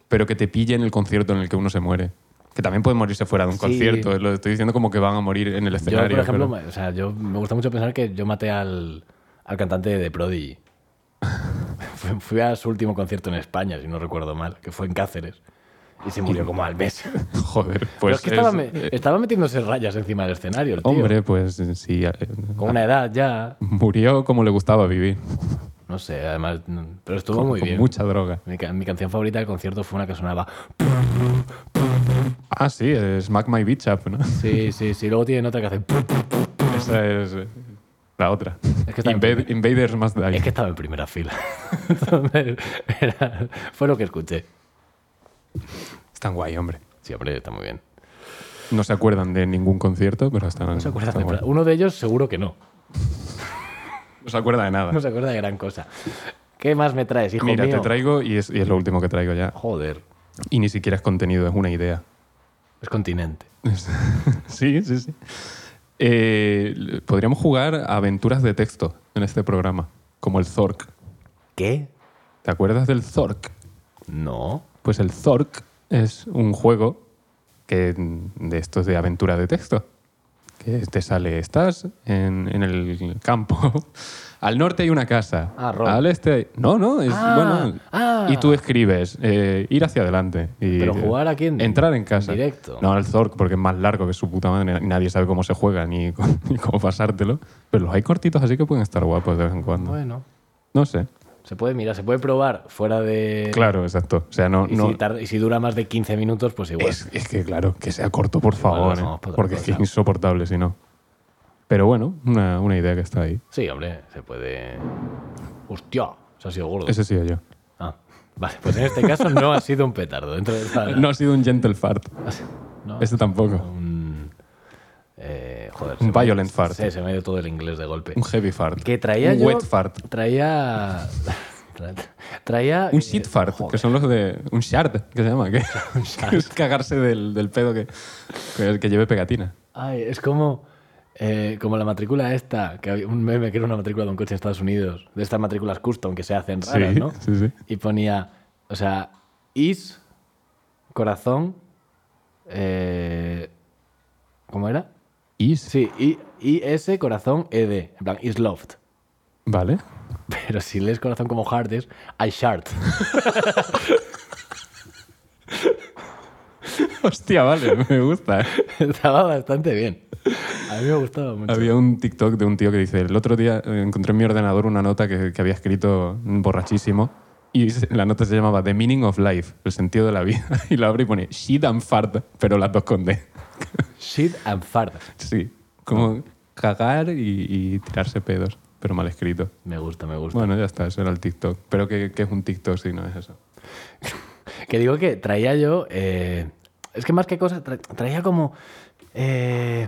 [SPEAKER 1] Pero que te pillen el concierto en el que uno se muere. Que también pueden morirse fuera de un
[SPEAKER 2] Sí.
[SPEAKER 1] concierto. Lo estoy diciendo como que van a morir en el
[SPEAKER 2] Yo,
[SPEAKER 1] escenario.
[SPEAKER 2] por ejemplo,
[SPEAKER 1] pero-
[SPEAKER 2] me- o sea, yo me gusta mucho pensar que yo maté al, al cantante de Prodigy. Fui- Fui a su último concierto en España, si no recuerdo mal, que fue en Cáceres. Y se murió como al mes.
[SPEAKER 1] Joder,
[SPEAKER 2] Pero
[SPEAKER 1] pues.
[SPEAKER 2] es que estaba,
[SPEAKER 1] es-
[SPEAKER 2] me-
[SPEAKER 1] eh,
[SPEAKER 2] estaba metiéndose rayas encima del escenario, el tío.
[SPEAKER 1] hombre, pues sí. eh,
[SPEAKER 2] Con una edad ya.
[SPEAKER 1] Murió como le gustaba vivir.
[SPEAKER 2] No sé, además. no- Pero estuvo
[SPEAKER 1] con,
[SPEAKER 2] muy
[SPEAKER 1] con
[SPEAKER 2] bien.
[SPEAKER 1] mucha droga.
[SPEAKER 2] Mi, ca- mi canción favorita del concierto fue una que sonaba.
[SPEAKER 1] Ah, sí, es Smack My Bitch Up, ¿no?
[SPEAKER 2] Sí, sí, sí. Luego tienen otra que hace.
[SPEAKER 1] Esa es eh, la otra.
[SPEAKER 2] Es que está-
[SPEAKER 1] Invade- Invaders Must Die.
[SPEAKER 2] Es que estaba en primera fila. Entonces, era- fue lo que escuché.
[SPEAKER 1] Están guay, hombre.
[SPEAKER 2] Sí, hombre, está muy bien.
[SPEAKER 1] No se acuerdan de ningún concierto, pero están.
[SPEAKER 2] No se acuerda
[SPEAKER 1] están
[SPEAKER 2] de-
[SPEAKER 1] guay.
[SPEAKER 2] Uno de ellos seguro que no.
[SPEAKER 1] No se acuerda de nada.
[SPEAKER 2] No se acuerda de gran cosa. ¿Qué más me traes, hijo
[SPEAKER 1] Mira,
[SPEAKER 2] mío?
[SPEAKER 1] te traigo y es, y es lo último que traigo ya.
[SPEAKER 2] Joder,
[SPEAKER 1] Y ni siquiera es contenido, es una idea.
[SPEAKER 2] es continente.
[SPEAKER 1] Sí, sí, sí. Eh, podríamos jugar a aventuras de texto en este programa, como el Zork.
[SPEAKER 2] ¿Qué?
[SPEAKER 1] ¿Te acuerdas del Zork?
[SPEAKER 2] No.
[SPEAKER 1] Pues el Zork es un juego que, de estos de aventura de texto. Que te sale, estás en, en el campo. Al norte hay una casa.
[SPEAKER 2] Ah, rol.
[SPEAKER 1] Al este. hay- No, no, es
[SPEAKER 2] Ah,
[SPEAKER 1] bueno.
[SPEAKER 2] ah.
[SPEAKER 1] Y tú escribes, eh, ir hacia adelante. Y,
[SPEAKER 2] Pero jugar aquí en-
[SPEAKER 1] Entrar en casa.
[SPEAKER 2] en directo.
[SPEAKER 1] No, al Zork, porque es más largo que su puta madre. Nadie sabe cómo se juega ni, cómo- ni cómo pasártelo. Pero los hay cortitos así que pueden estar guapos de vez en cuando.
[SPEAKER 2] Bueno.
[SPEAKER 1] No sé.
[SPEAKER 2] Se puede, mira, se puede probar fuera de.
[SPEAKER 1] Claro, exacto. O sea, no.
[SPEAKER 2] Eh. Y,
[SPEAKER 1] no...
[SPEAKER 2] si tar- y si dura más de 15 minutos, pues igual.
[SPEAKER 1] Es, es que, claro, que sea corto, por favor.
[SPEAKER 2] dejamos
[SPEAKER 1] ¿eh?
[SPEAKER 2] para otra
[SPEAKER 1] Porque es que es
[SPEAKER 2] cosa.
[SPEAKER 1] insoportable si no. Pero bueno, una, una idea que está ahí.
[SPEAKER 2] Sí, hombre, se puede. ¡Hostia! Se ha sido gordo.
[SPEAKER 1] Ese sí yo.
[SPEAKER 2] Ah, vale, pues en este caso no ha sido un petardo. Dentro de la-
[SPEAKER 1] No ha sido un gentle fart.
[SPEAKER 2] No,
[SPEAKER 1] Este tampoco.
[SPEAKER 2] un. eh, joder.
[SPEAKER 1] Un
[SPEAKER 2] se me-
[SPEAKER 1] violent fart.
[SPEAKER 2] Sí, se me dio todo el inglés de golpe.
[SPEAKER 1] Un heavy fart.
[SPEAKER 2] Que traía
[SPEAKER 1] un
[SPEAKER 2] yo.
[SPEAKER 1] wet fart.
[SPEAKER 2] Traía. Tra- Traía.
[SPEAKER 1] Un
[SPEAKER 2] eh,
[SPEAKER 1] shit fart, que son los de. Un shard, que se llama, que, que es cagarse del, del pedo que, que, que lleve pegatina.
[SPEAKER 2] Ay, es como, eh, como la matrícula esta, que había un meme que era una matrícula de un coche en Estados Unidos, de estas matrículas custom que se hacen raras,
[SPEAKER 1] Sí,
[SPEAKER 2] ¿no?
[SPEAKER 1] sí, sí.
[SPEAKER 2] Y ponía, o sea, is, corazón, eh, ¿cómo era?
[SPEAKER 1] Y
[SPEAKER 2] Sí, I- IS, corazón, ED, en plan, is loved.
[SPEAKER 1] Vale.
[SPEAKER 2] Pero si lees corazón como hard es I shard.
[SPEAKER 1] Hostia, vale, me gusta. ¿eh?
[SPEAKER 2] Estaba bastante bien. A mí me gustaba mucho.
[SPEAKER 1] Había un TikTok de un tío que dice, el otro día eh, encontré en mi ordenador una nota que, que había escrito borrachísimo y se- la nota se llamaba The Meaning of Life, el sentido de la vida. Y la abre y pone shit and fart, pero las dos con D.
[SPEAKER 2] Shit and fart.
[SPEAKER 1] Sí, como cagar y, y tirarse pedos, pero mal escrito.
[SPEAKER 2] Me gusta, me gusta.
[SPEAKER 1] Bueno, ya está, eso era el TikTok. Pero que, que es un TikTok si no es eso.
[SPEAKER 2] Que digo que traía yo. eh, es que más que cosas, tra- traía como. eh,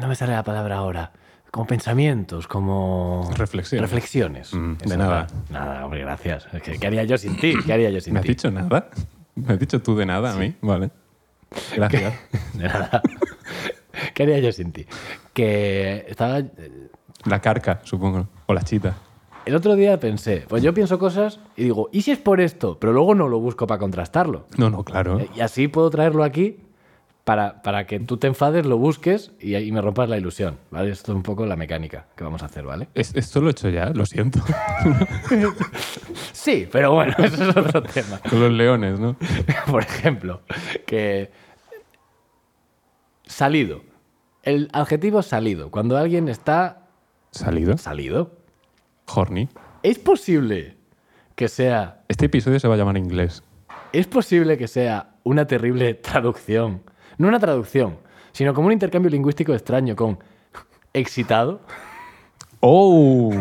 [SPEAKER 2] no me sale la palabra ahora. Como pensamientos, como.
[SPEAKER 1] Reflexiones.
[SPEAKER 2] Reflexiones.
[SPEAKER 1] Mm, de
[SPEAKER 2] Eso,
[SPEAKER 1] nada.
[SPEAKER 2] Nada, hombre, gracias. Es que, ¿Qué haría yo sin ti? ¿Qué haría yo sin
[SPEAKER 1] ¿Me has
[SPEAKER 2] ti?
[SPEAKER 1] dicho nada? ¿Me has dicho tú de nada a mí? Vale. Gracias.
[SPEAKER 2] De nada. ¿Qué haría yo sin ti? Que estaba.
[SPEAKER 1] La carca, supongo. O la chita.
[SPEAKER 2] El otro día pensé, pues yo pienso cosas y digo, ¿y si es por esto? Pero luego no lo busco para contrastarlo.
[SPEAKER 1] No, no, claro.
[SPEAKER 2] Eh, Y así puedo traerlo aquí para, para que tú te enfades, lo busques y, y me rompas la ilusión. ¿vale? Esto es un poco la mecánica que vamos a hacer, ¿vale?
[SPEAKER 1] Es- esto lo he hecho ya, lo siento.
[SPEAKER 2] Sí, pero bueno, eso es otro tema.
[SPEAKER 1] Con los leones, ¿no?
[SPEAKER 2] Por ejemplo, que. Salido. El adjetivo salido. Cuando alguien está
[SPEAKER 1] Salido.
[SPEAKER 2] salido,
[SPEAKER 1] Horny.
[SPEAKER 2] es posible que sea
[SPEAKER 1] Este episodio se va a llamar inglés.
[SPEAKER 2] ¿Es posible que sea una terrible traducción? No una traducción, sino como un intercambio lingüístico extraño con excitado.
[SPEAKER 1] ¡Oh!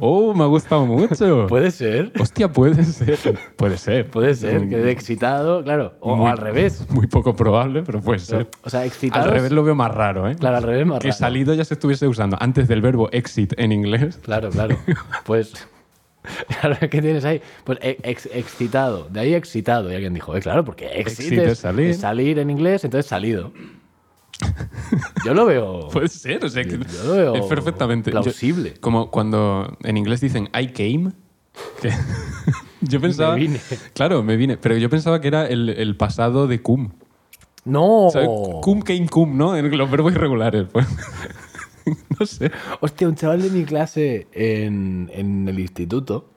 [SPEAKER 1] ¡Oh! Me ha gustado mucho.
[SPEAKER 2] Puede ser.
[SPEAKER 1] Hostia, puede ser. Puede ser.
[SPEAKER 2] Puede ser que de excitado, claro. O, o
[SPEAKER 1] Mm. Muy-
[SPEAKER 2] al revés.
[SPEAKER 1] Muy poco probable, pero puede ser.
[SPEAKER 2] O sea, excitado.
[SPEAKER 1] Al revés lo veo más raro, ¿eh?
[SPEAKER 2] Claro, al revés más
[SPEAKER 1] que
[SPEAKER 2] raro.
[SPEAKER 1] salido ya se estuviese usando antes del verbo exit en inglés.
[SPEAKER 2] Claro, claro. Pues. Claro, ¿qué tienes ahí? Pues e- ex- excitado. De ahí excitado. Y alguien dijo, eh, claro, porque exit,
[SPEAKER 1] Exit
[SPEAKER 2] es,
[SPEAKER 1] es salir.
[SPEAKER 2] es salir en inglés, entonces salido. Yo lo veo.
[SPEAKER 1] Puede ser, o sea, que
[SPEAKER 2] Yo lo veo
[SPEAKER 1] es perfectamente yo-
[SPEAKER 2] plausible.
[SPEAKER 1] como cuando en inglés dicen I came. que- yo pensaba.
[SPEAKER 2] Me vine.
[SPEAKER 1] Claro, me vine. Pero yo pensaba que era el, el pasado de cum.
[SPEAKER 2] No.
[SPEAKER 1] O sea,
[SPEAKER 2] Oh.
[SPEAKER 1] Cum came cum, ¿no? En los verbos irregulares, pues. no sé.
[SPEAKER 2] Hostia, un chaval de mi clase en, en el instituto,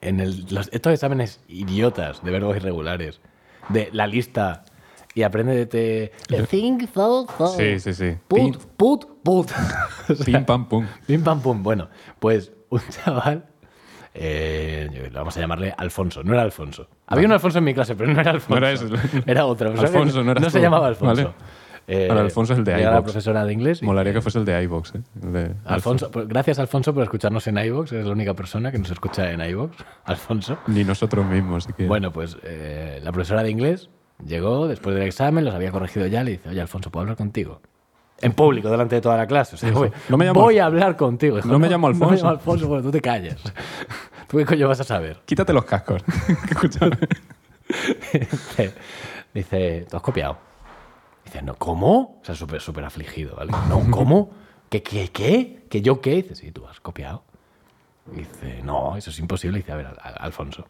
[SPEAKER 2] en el- los- estos exámenes idiotas de verbos irregulares, de la lista y apréndete think, thought, thought.
[SPEAKER 1] Sí, sí, sí.
[SPEAKER 2] Put, put, put. O sea,
[SPEAKER 1] Pim pam pum.
[SPEAKER 2] pim, pam, pum. Bueno, pues un chaval, eh, yo- vamos a llamarle Alfonso, no era Alfonso. Había un Alfonso en mi clase, pero no era Alfonso.
[SPEAKER 1] No era ese.
[SPEAKER 2] Era otro. O sea, que
[SPEAKER 1] Alfonso, no eras
[SPEAKER 2] se
[SPEAKER 1] tú.
[SPEAKER 2] llamaba Alfonso. Eh,
[SPEAKER 1] Vale. Ahora, Alfonso es el de
[SPEAKER 2] era la
[SPEAKER 1] iVox.
[SPEAKER 2] profesora de inglés. y-
[SPEAKER 1] Molaría que fuese el de iBox, ¿eh? El de
[SPEAKER 2] Alfonso, pues, gracias Alfonso por escucharnos en iVoox, eres la única persona que nos escucha en iVoox, Alfonso.
[SPEAKER 1] Ni nosotros mismos. así que-
[SPEAKER 2] Bueno, pues eh, la profesora de inglés llegó después del examen, los había corregido ya, le dice, oye Alfonso, ¿puedo hablar contigo? En público, delante de toda la clase. O sea,
[SPEAKER 1] Dijo,
[SPEAKER 2] voy,
[SPEAKER 1] "No me llamo
[SPEAKER 2] voy
[SPEAKER 1] Alf-
[SPEAKER 2] a hablar contigo. Dijo,
[SPEAKER 1] No me llamo
[SPEAKER 2] No me
[SPEAKER 1] Alfonso".
[SPEAKER 2] llamo Alfonso, bueno, tú te callas. ¿Tú qué coño vas a saber?
[SPEAKER 1] Quítate los cascos. Escúchame.
[SPEAKER 2] Dice- Dice, ¿tú has copiado? Dice, no, ¿cómo? O sea, súper, súper afligido, ¿vale? No, ¿cómo? ¿Qué, qué, qué? ¿Que yo qué? Dice, sí, tú has copiado. Dice, no, eso es imposible. Dice, a ver, Al- Al- Alfonso,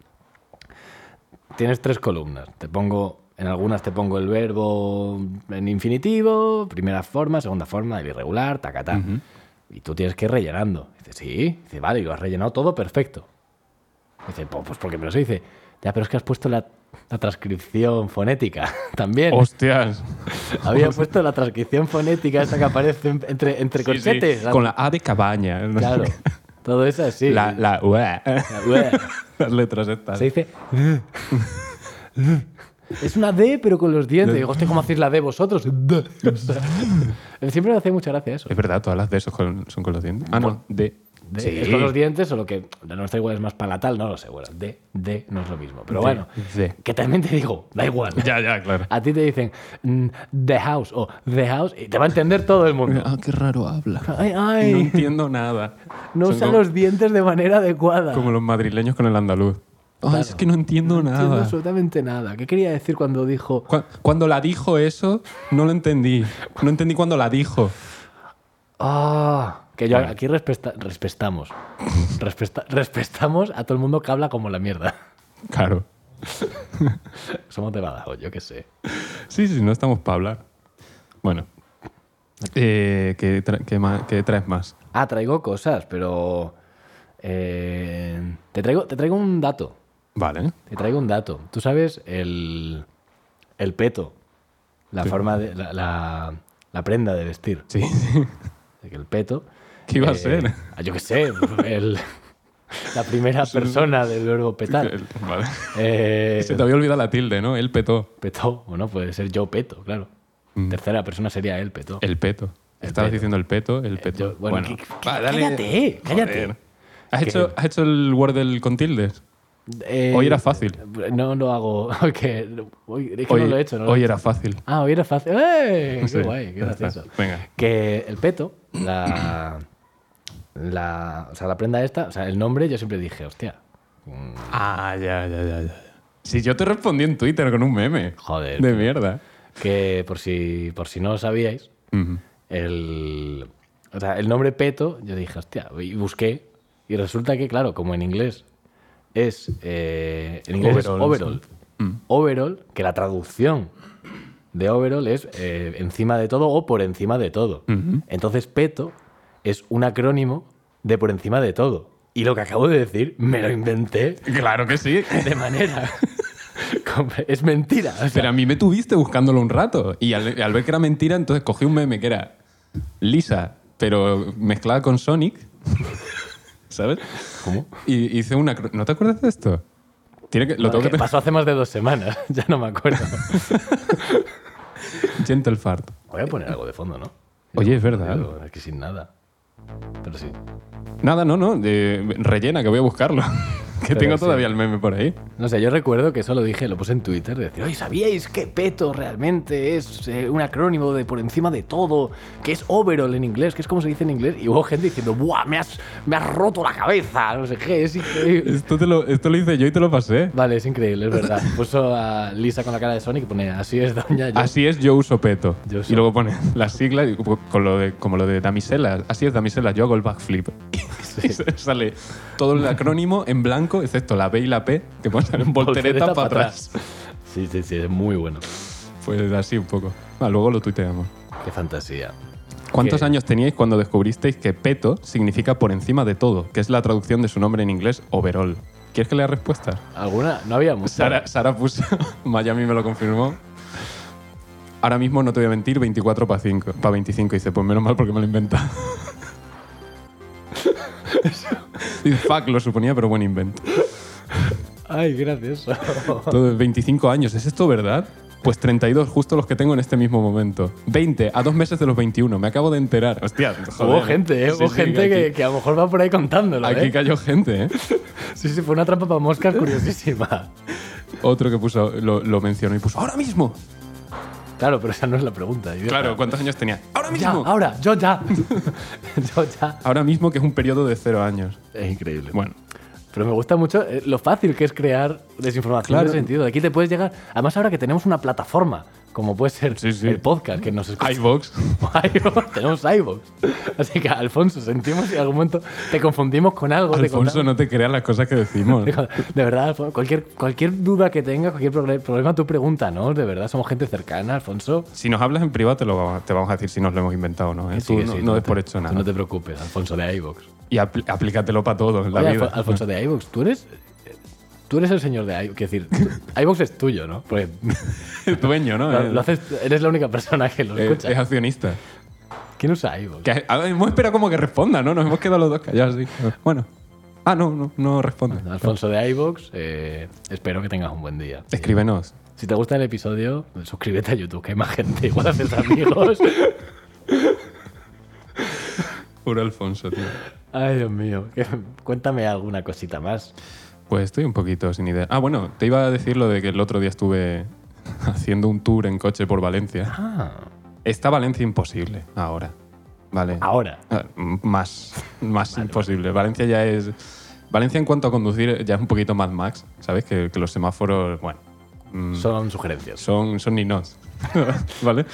[SPEAKER 2] tienes tres columnas. Te pongo, en algunas te pongo el verbo en infinitivo, primera forma, segunda forma, el irregular, tacatá. Y tú tienes que ir rellenando. Dice, sí. Dice, vale, y lo has rellenado todo perfecto. Dice, "Po- pues porque me lo sé. Dice, ya, pero es que has puesto la, la transcripción fonética también.
[SPEAKER 1] Hostias.
[SPEAKER 2] Había puesto la transcripción fonética esta que aparece en- entre, entre
[SPEAKER 1] Pues- Sí, sí,
[SPEAKER 2] corchetes.
[SPEAKER 1] Con la A de cabaña. no sé
[SPEAKER 2] Claro.
[SPEAKER 1] qué.
[SPEAKER 2] Todo eso así.
[SPEAKER 1] La, la ué.
[SPEAKER 2] Ué.
[SPEAKER 1] Las letras estas.
[SPEAKER 2] Se dice... Es una D, pero con los dientes. Digo, hostia, ¿cómo hacéis la D vosotros? O sea, Siempre me hace mucha gracia eso.
[SPEAKER 1] Es verdad, todas las de esos con- son con los dientes. Ah, no, de.
[SPEAKER 2] D
[SPEAKER 1] Sí.
[SPEAKER 2] es con los dientes, solo que la nuestra igual es más palatal, no lo sé. Bueno, D, D no es lo mismo. Pero
[SPEAKER 1] D,
[SPEAKER 2] bueno,
[SPEAKER 1] D.
[SPEAKER 2] que también te digo, da igual.
[SPEAKER 1] Ya, ya, claro.
[SPEAKER 2] A ti te dicen mm, The House o The House y te va a entender todo el mundo.
[SPEAKER 1] Ah, qué raro habla.
[SPEAKER 2] Ay,
[SPEAKER 1] No
[SPEAKER 2] ay,
[SPEAKER 1] entiendo nada.
[SPEAKER 2] no
[SPEAKER 1] Son
[SPEAKER 2] usa
[SPEAKER 1] como,
[SPEAKER 2] los dientes de manera adecuada.
[SPEAKER 1] como los madrileños con el andaluz. Ah, es que no entiendo
[SPEAKER 2] No entiendo
[SPEAKER 1] nada.
[SPEAKER 2] absolutamente nada. ¿Qué quería decir cuando dijo
[SPEAKER 1] Cu- Cuando la dijo eso, no lo entendí. No entendí cuando la dijo.
[SPEAKER 2] Ah, que yo aquí respeta- respetamos. Respeta- respetamos a todo el mundo que habla como la mierda.
[SPEAKER 1] Claro.
[SPEAKER 2] Somos de Badajoz, yo qué sé.
[SPEAKER 1] Sí, sí, no estamos para hablar. Bueno. Eh, ¿qué, tra- qué ma- qué traes más?
[SPEAKER 2] Ah, traigo cosas, pero. eh, te, traigo, te traigo un dato.
[SPEAKER 1] Vale.
[SPEAKER 2] Te traigo un dato. Tú sabes el. El peto. La forma de. La, la- la prenda de vestir.
[SPEAKER 1] Sí, sí.
[SPEAKER 2] El peto.
[SPEAKER 1] ¿Qué iba a
[SPEAKER 2] eh,
[SPEAKER 1] ser?
[SPEAKER 2] ah, Yo qué sé. el- la primera persona del verbo petar.
[SPEAKER 1] Vale.
[SPEAKER 2] Eh,
[SPEAKER 1] Se te había olvidado la tilde, ¿no? Él petó.
[SPEAKER 2] Petó, o no, puede ser yo peto, claro. Tercera persona sería él petó.
[SPEAKER 1] Mm. El peto. Estabas
[SPEAKER 2] peto. Eh,
[SPEAKER 1] diciendo el peto, el peto.
[SPEAKER 2] yo- bueno, que-
[SPEAKER 1] va, dale.
[SPEAKER 2] cállate, eh, cállate.
[SPEAKER 1] Joder. ¿Has
[SPEAKER 2] Que-
[SPEAKER 1] hecho, ¿Has hecho el Wordle con tildes?
[SPEAKER 2] Eh,
[SPEAKER 1] Hoy era fácil.
[SPEAKER 2] No lo hago. que- hoy, es que
[SPEAKER 1] hoy
[SPEAKER 2] no lo he hecho. No lo
[SPEAKER 1] hoy
[SPEAKER 2] he hecho.
[SPEAKER 1] era fácil.
[SPEAKER 2] Ah, hoy era fácil. ¡Eh! ¡Qué
[SPEAKER 1] Sí,
[SPEAKER 2] guay! ¡Qué
[SPEAKER 1] ya está.
[SPEAKER 2] gracioso!
[SPEAKER 1] Venga.
[SPEAKER 2] Que el peto, la. La, o sea, la prenda esta, o sea, el nombre, yo siempre dije, hostia,
[SPEAKER 1] Ah, ya, ya, ya, ya. Si yo te respondí en Twitter con un meme.
[SPEAKER 2] Joder,
[SPEAKER 1] De
[SPEAKER 2] tío.
[SPEAKER 1] mierda.
[SPEAKER 2] que por si, por si no lo sabíais,
[SPEAKER 1] Ujú.
[SPEAKER 2] el, o sea, el nombre Peto, yo dije, hostia, y busqué, y resulta que, claro, como en inglés es, eh, en inglés es
[SPEAKER 1] Overall, Mm.
[SPEAKER 2] overall, overall, que la traducción de overall es eh, encima de todo o por encima de todo. Entonces Peto es un acrónimo de por encima de todo. Y lo que acabo de decir me lo inventé
[SPEAKER 1] Claro que sí.
[SPEAKER 2] de manera... es mentira. o sea,
[SPEAKER 1] Pero a mí me tuviste buscándolo un rato. Y al, al ver que era mentira, entonces cogí un meme que era Lisa, pero mezclada con Sonic. ¿Sabes?
[SPEAKER 2] ¿Cómo?
[SPEAKER 1] Y hice una. cro- ¿No te acuerdas de esto? Tiene que, lo
[SPEAKER 2] Bueno,
[SPEAKER 1] tengo que
[SPEAKER 2] que pasó hace más de dos semanas, ya no me acuerdo.
[SPEAKER 1] Gentle Fart.
[SPEAKER 2] Voy a poner algo de fondo, ¿no?
[SPEAKER 1] Oye, es verdad.
[SPEAKER 2] Digo, es que sin nada. Pero sí.
[SPEAKER 1] Nada, no, no. de- rellena, que voy a buscarlo. que
[SPEAKER 2] Pero
[SPEAKER 1] tengo
[SPEAKER 2] sí.
[SPEAKER 1] todavía el meme por ahí.
[SPEAKER 2] No sé, yo recuerdo que eso lo dije, lo puse en Twitter, de decir, oye, ¿sabíais que PETO realmente es eh, un acrónimo de por encima de todo? Que es overall en inglés, que es como se dice en inglés. Y hubo gente diciendo, ¡buah, me has, me has roto la cabeza! No sé qué, es increíble.
[SPEAKER 1] Esto, te lo, esto lo hice yo y te lo pasé.
[SPEAKER 2] vale, es increíble, es verdad. Puso a Lisa con la cara de Sonic y pone, así es, doña. Yo".
[SPEAKER 1] Así es, yo uso peto.
[SPEAKER 2] Yo uso-
[SPEAKER 1] Y luego pone las siglas y con lo de, como lo de damiselas. Así es, damiselas, yo hago el backflip. Y se- sale todo el acrónimo en blanco, excepto la B y la P, que ponen en voltereta para atrás.
[SPEAKER 2] Sí, sí, sí, es muy bueno.
[SPEAKER 1] Pues así un poco. Ah, luego lo tuiteamos.
[SPEAKER 2] Qué fantasía.
[SPEAKER 1] ¿Cuántos
[SPEAKER 2] Que-
[SPEAKER 1] años teníais cuando descubristeis que peto significa por encima de todo, que es la traducción de su nombre en inglés, overall? ¿Quieres que lea respuestas?
[SPEAKER 2] ¿Alguna? No había muchas.
[SPEAKER 1] Sara, Sara puso, Miami me lo confirmó. Ahora mismo no te voy a mentir, 24 para 5, para 25. Y dice, pues menos mal porque me lo he inventado. Dice, fuck, lo suponía, pero buen invento.
[SPEAKER 2] Ay, qué gracioso.
[SPEAKER 1] Todo, 25 años, ¿es esto verdad? Pues 32, justo los que tengo en este mismo momento. 20, a dos meses de los 21, me acabo de enterar. Hostia, joder.
[SPEAKER 2] Hubo gente, ¿eh?
[SPEAKER 1] Sí,
[SPEAKER 2] hubo
[SPEAKER 1] sí,
[SPEAKER 2] gente
[SPEAKER 1] aquí-
[SPEAKER 2] que, que a lo mejor va por ahí contándolo.
[SPEAKER 1] Aquí
[SPEAKER 2] ¿eh?
[SPEAKER 1] cayó gente, ¿eh?
[SPEAKER 2] Sí, sí, fue una trampa para moscas curiosísima.
[SPEAKER 1] Otro que puso, lo, lo mencionó y puso, ¡ahora mismo!
[SPEAKER 2] Claro, pero esa no es la pregunta. idiota.
[SPEAKER 1] Claro, ¿cuántos años tenía? ¡Ahora
[SPEAKER 2] Ya,
[SPEAKER 1] mismo!
[SPEAKER 2] ahora, yo ya. yo ya.
[SPEAKER 1] Ahora mismo, que es un periodo de cero años.
[SPEAKER 2] Es increíble.
[SPEAKER 1] Bueno,
[SPEAKER 2] Pero me gusta mucho eh, lo fácil que es crear desinformación en
[SPEAKER 1] Claro.
[SPEAKER 2] ese sentido. Aquí te puedes llegar. Además, ahora que tenemos una plataforma, como puede ser
[SPEAKER 1] Sí, sí.
[SPEAKER 2] el podcast, que nos escucha.
[SPEAKER 1] iVox.
[SPEAKER 2] iVoox, tenemos iVoox. Así que, Alfonso, sentimos si en algún momento te confundimos con algo. te
[SPEAKER 1] Alfonso,
[SPEAKER 2] contamos-
[SPEAKER 1] no te creas las cosas que decimos.
[SPEAKER 2] De verdad, Alfonso, cualquier, cualquier duda que tengas, cualquier proble- problema, tú pregunta, ¿no? De verdad, somos gente cercana, Alfonso.
[SPEAKER 1] Si nos hablas en privado, te, lo vamos, te vamos a decir si nos lo hemos inventado o no. ¿eh?
[SPEAKER 2] Que sí,
[SPEAKER 1] Tú
[SPEAKER 2] que
[SPEAKER 1] no,
[SPEAKER 2] sí,
[SPEAKER 1] no
[SPEAKER 2] tú
[SPEAKER 1] des
[SPEAKER 2] te-
[SPEAKER 1] por hecho nada.
[SPEAKER 2] tú no te preocupes, Alfonso de iVox.
[SPEAKER 1] Y apl- aplícatelo para todo en la
[SPEAKER 2] Oye,
[SPEAKER 1] vida.
[SPEAKER 2] Alfo- Alfonso de iVox, tú eres... Tú eres el señor de iVox. Quiero decir, tú- iVox es tuyo, ¿no? Porque
[SPEAKER 1] Es dueño, ¿no?
[SPEAKER 2] lo,
[SPEAKER 1] Eh,
[SPEAKER 2] lo haces, eres la única persona que lo
[SPEAKER 1] eh, es,
[SPEAKER 2] escucha.
[SPEAKER 1] accionista.
[SPEAKER 2] ¿Quién usa iVox?
[SPEAKER 1] Que, a- hemos esperado como que responda, ¿no? Nos hemos quedado los dos callados. así. Bueno. Ah, no, no, no responde.
[SPEAKER 2] Alfonso de iVox, eh, espero que tengas un buen día.
[SPEAKER 1] Escríbenos.
[SPEAKER 2] Si te gusta el episodio, suscríbete a YouTube, que hay más gente. Igual haces amigos.
[SPEAKER 1] Puro Alfonso, tío.
[SPEAKER 2] Ay, Dios mío. que- Cuéntame alguna cosita más.
[SPEAKER 1] Pues estoy un poquito sin idea. Ah, bueno, te iba a decir lo de que el otro día estuve haciendo un tour en coche por Valencia.
[SPEAKER 2] Ah,
[SPEAKER 1] Está Valencia imposible ahora. Vale.
[SPEAKER 2] ahora.
[SPEAKER 1] Ah, m- Más, más imposible. Valencia ya es. Valencia en cuanto a conducir ya es un poquito más max, ¿sabes? Que, que los semáforos, bueno, mm,
[SPEAKER 2] Son sugerencias.
[SPEAKER 1] son, son ninos, ¿vale?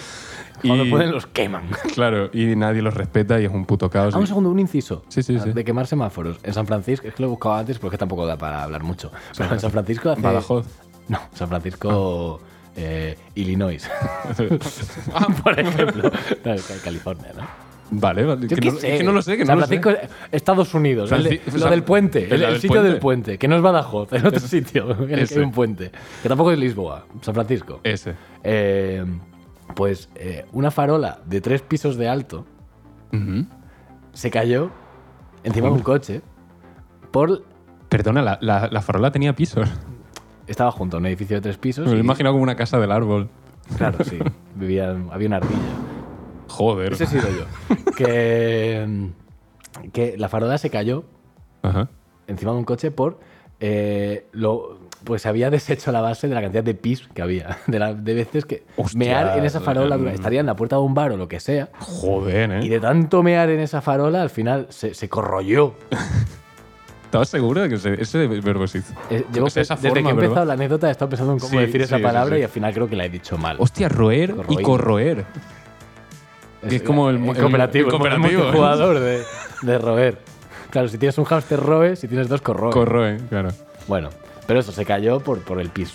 [SPEAKER 2] Cuando pueden, los queman.
[SPEAKER 1] Claro, y nadie los respeta y es un puto caos.
[SPEAKER 2] Ah, un
[SPEAKER 1] Y-
[SPEAKER 2] segundo, un inciso.
[SPEAKER 1] Sí, sí, sí.
[SPEAKER 2] De quemar semáforos. En San Francisco, es que lo he buscado antes porque tampoco da para hablar mucho. Pero en San Francisco hace...
[SPEAKER 1] Badajoz. Ah.
[SPEAKER 2] No, San Francisco, eh, Illinois. Ah, Por ejemplo. No, es que California, ¿no?
[SPEAKER 1] Vale, vale.
[SPEAKER 2] Yo
[SPEAKER 1] que,
[SPEAKER 2] qué
[SPEAKER 1] no,
[SPEAKER 2] sé.
[SPEAKER 1] es que no lo sé, que
[SPEAKER 2] San
[SPEAKER 1] no lo sé.
[SPEAKER 2] Francisco, Estados Unidos. el de-
[SPEAKER 1] Franci-
[SPEAKER 2] lo
[SPEAKER 1] San-
[SPEAKER 2] del puente.
[SPEAKER 1] el
[SPEAKER 2] El, el
[SPEAKER 1] del
[SPEAKER 2] sitio del
[SPEAKER 1] puente.
[SPEAKER 2] puente. Que no es Badajoz, en otro sitio. en el que
[SPEAKER 1] Ese.
[SPEAKER 2] hay un puente. Que tampoco es Lisboa. San Francisco.
[SPEAKER 1] Ese.
[SPEAKER 2] Eh, pues eh, una farola de tres pisos de alto
[SPEAKER 1] Ujú. Oh.
[SPEAKER 2] se cayó encima de un coche. Por,
[SPEAKER 1] Perdona, la, la- la farola tenía pisos.
[SPEAKER 2] estaba junto a un edificio de tres pisos.
[SPEAKER 1] Me lo he
[SPEAKER 2] y-
[SPEAKER 1] imaginado como una casa del árbol.
[SPEAKER 2] Claro, sí. Vivían, había una ardilla.
[SPEAKER 1] Joder.
[SPEAKER 2] Ese he sido yo. que, que la farola se cayó
[SPEAKER 1] Ajá.
[SPEAKER 2] encima de un coche por eh, lo pues se había deshecho la base de la cantidad de pis que había de, la- de veces que
[SPEAKER 1] Hostia,
[SPEAKER 2] mear en esa farola dura-
[SPEAKER 1] mm.
[SPEAKER 2] estaría en la puerta de un bar o lo que sea
[SPEAKER 1] Joder, ¿eh?
[SPEAKER 2] y de tanto mear en esa farola al final se, se corroyó
[SPEAKER 1] ¿Estabas seguro de que ese, ese verbo existe?
[SPEAKER 2] Eh, llevo
[SPEAKER 1] O sea, esa
[SPEAKER 2] pe- desde
[SPEAKER 1] forma,
[SPEAKER 2] que he
[SPEAKER 1] ¿verdad?
[SPEAKER 2] empezado la anécdota he estado pensando en cómo
[SPEAKER 1] Sí,
[SPEAKER 2] decir esa
[SPEAKER 1] sí, sí,
[SPEAKER 2] palabra
[SPEAKER 1] sí.
[SPEAKER 2] y al final creo que la he dicho mal
[SPEAKER 1] Hostia, roer y
[SPEAKER 2] Corroír.
[SPEAKER 1] corroer. que es como el- el-
[SPEAKER 2] cooperativo
[SPEAKER 1] el cooperativo, ¿eh?
[SPEAKER 2] jugador de, de roer claro si tienes un hamster roe si tienes dos corroe
[SPEAKER 1] Corroe, claro.
[SPEAKER 2] bueno pero eso se cayó por, por el pis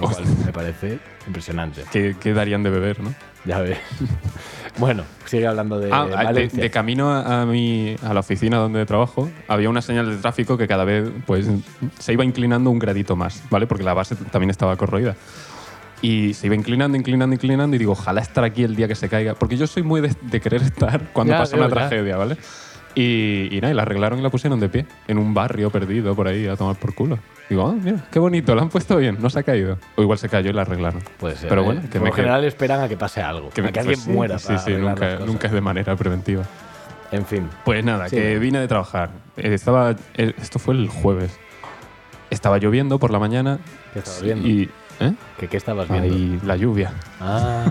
[SPEAKER 2] lo cual me parece impresionante
[SPEAKER 1] Que, que darían de beber, ¿no?
[SPEAKER 2] Ya ves. bueno, sigue hablando de
[SPEAKER 1] ah, ah, de,
[SPEAKER 2] Valencia.
[SPEAKER 1] de camino a, a mi, a la oficina donde trabajo, había una señal de tráfico que cada vez pues, se iba inclinando un gradito más, ¿vale? Porque la base también estaba corroída. Y se iba inclinando, inclinando, inclinando y digo, ojalá estar aquí el día que se caiga. Porque yo soy muy de, de querer estar cuando
[SPEAKER 2] Ya,
[SPEAKER 1] pasa
[SPEAKER 2] veo,
[SPEAKER 1] una
[SPEAKER 2] ya.
[SPEAKER 1] tragedia, ¿vale? Y, y nada, y la arreglaron y la pusieron de pie, en un barrio perdido por ahí, a tomar por culo. Digo, ah, mira, qué bonito, la han puesto bien, no se ha caído. O igual se cayó y la arreglaron.
[SPEAKER 2] Puede ser,
[SPEAKER 1] Pero
[SPEAKER 2] ¿eh?
[SPEAKER 1] bueno, que
[SPEAKER 2] por
[SPEAKER 1] me
[SPEAKER 2] lo
[SPEAKER 1] quede-
[SPEAKER 2] general esperan a que pase algo,
[SPEAKER 1] que
[SPEAKER 2] que,
[SPEAKER 1] me-
[SPEAKER 2] a que
[SPEAKER 1] pues
[SPEAKER 2] alguien
[SPEAKER 1] sí,
[SPEAKER 2] muera.
[SPEAKER 1] Sí,
[SPEAKER 2] para
[SPEAKER 1] sí,
[SPEAKER 2] arreglar las
[SPEAKER 1] nunca,
[SPEAKER 2] cosas.
[SPEAKER 1] nunca es de manera preventiva.
[SPEAKER 2] En fin.
[SPEAKER 1] Pues nada,
[SPEAKER 2] Sí.
[SPEAKER 1] que vine de trabajar. Eh, Estaba. eh, Esto fue el jueves. Estaba lloviendo por la mañana.
[SPEAKER 2] ¿Qué estabas viendo?
[SPEAKER 1] Y. ¿Eh?
[SPEAKER 2] ¿Qué, qué estabas viendo?
[SPEAKER 1] Ahí, la lluvia.
[SPEAKER 2] Ah,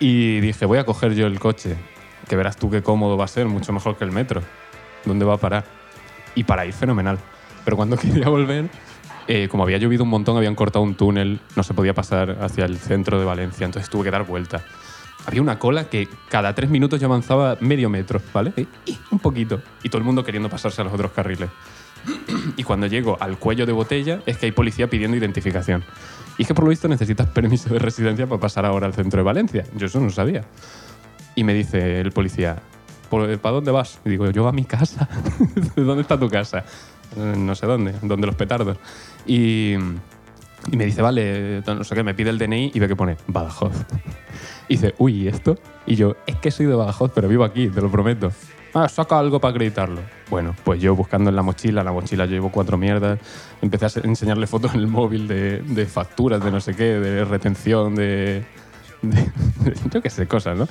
[SPEAKER 1] Y dije, voy a coger yo el coche. Que verás tú qué cómodo va a ser, mucho mejor que el metro. ¿Dónde va a parar? Y para ir, fenomenal. Pero cuando quería volver, eh, como había llovido un montón, habían cortado un túnel, no se podía pasar hacia el centro de Valencia, entonces tuve que dar vuelta. Había una cola que cada tres minutos yo avanzaba medio metro, ¿vale? Eh, eh, Un poquito. Y todo el mundo queriendo pasarse a los otros carriles. Y cuando llego al cuello de botella, es que hay policía pidiendo identificación. Y es que por lo visto necesitas permiso de residencia para pasar ahora al centro de Valencia. Yo eso no sabía. Y me dice el policía, "¿Por- ¿para dónde vas? Y digo, yo a mi casa. ¿Dónde está tu casa? "Eh, No sé dónde, donde los petardos. Y, y me dice, vale, tal, no sé qué, me pide el DNI y ve que pone Badajoz. Y dice, uy, ¿y esto? Y yo, es que soy de Badajoz, pero vivo aquí, te lo prometo. Ah, saca algo para acreditarlo. Bueno, pues yo buscando en la mochila, en la mochila yo llevo cuatro mierdas, empecé a se- enseñarle fotos en el móvil de, de facturas, de no sé qué, de retención, de... de- de- yo qué sé, cosas, ¿no?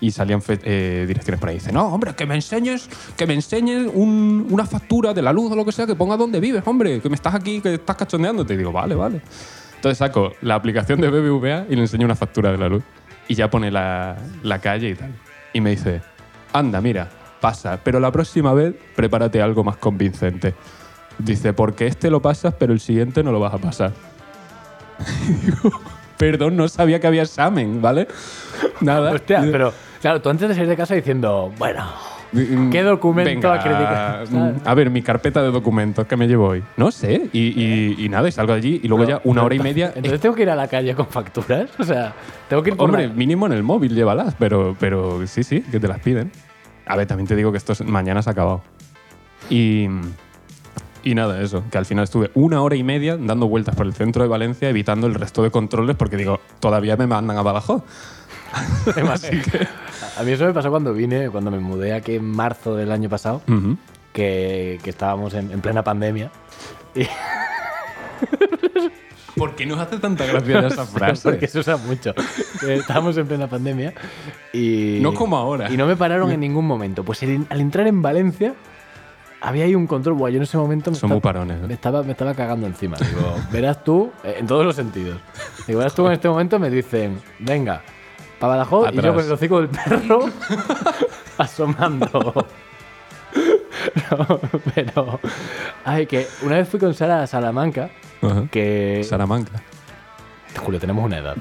[SPEAKER 1] Y salían fe- eh, direcciones por ahí. Dice, no, hombre, que me enseñes, que me enseñes un- una factura de la luz o lo que sea, que ponga dónde vives, hombre, que me estás aquí, que estás cachondeándote. Y digo, vale, vale. Entonces saco la aplicación de BBVA y le enseño una factura de la luz. Y ya pone la, la calle y tal. Y me dice, anda, mira, pasa, pero la próxima vez prepárate algo más convincente. Dice, porque este lo pasas, pero el siguiente no lo vas a pasar. Y digo, Perdón, no sabía que había examen, ¿vale? Nada.
[SPEAKER 2] hostia, pero claro, tú antes de salir de casa diciendo, bueno, ¿Qué documento acredita?
[SPEAKER 1] mm, A ver, mi carpeta de documentos que me llevo hoy. No sé. Y, y- y nada, y salgo de allí y luego
[SPEAKER 2] pero-
[SPEAKER 1] Pues ya una
[SPEAKER 2] pero
[SPEAKER 1] hora y
[SPEAKER 2] ento-
[SPEAKER 1] media. eh.
[SPEAKER 2] Entonces tengo que ir a la calle con facturas, o sea, tengo que ir con
[SPEAKER 1] Hombre,
[SPEAKER 2] la-
[SPEAKER 1] mínimo en el móvil llévalas, pero, pero sí, sí, que te las piden. A ver, también te digo que esto es- mañana se ha acabado. Y, y nada, eso, que al final estuve una hora y media dando vueltas por el centro de Valencia, evitando el resto de controles, porque digo, todavía me mandan a Badajoz. Así que-
[SPEAKER 2] A mí eso me pasó cuando vine, cuando me mudé aquí en marzo del año pasado.
[SPEAKER 1] Ujú.
[SPEAKER 2] que, que estábamos en, en plena pandemia. Y
[SPEAKER 1] ¿Por qué nos hace tanta gracia esa frase?
[SPEAKER 2] Porque se usa mucho. Estábamos en plena pandemia y...
[SPEAKER 1] No como ahora. Mm.
[SPEAKER 2] Y no me pararon en ningún momento. Pues en- al entrar en Valencia había ahí un control. Buah, yo en ese momento... Me
[SPEAKER 1] Son
[SPEAKER 2] esta-
[SPEAKER 1] muy parones, ¿no?
[SPEAKER 2] Me estaba, me estaba cagando encima. Digo, verás tú, eh, en todos los sentidos. Digo, verás tú en este momento me dicen, venga, para Badajoz y yo
[SPEAKER 1] Atrás.
[SPEAKER 2] con el hocico del perro asomando. No, pero... Ay, que una vez fui con Sara a Salamanca,
[SPEAKER 1] Ajá.
[SPEAKER 2] que...
[SPEAKER 1] Salamanca.
[SPEAKER 2] Julio, tenemos una edad.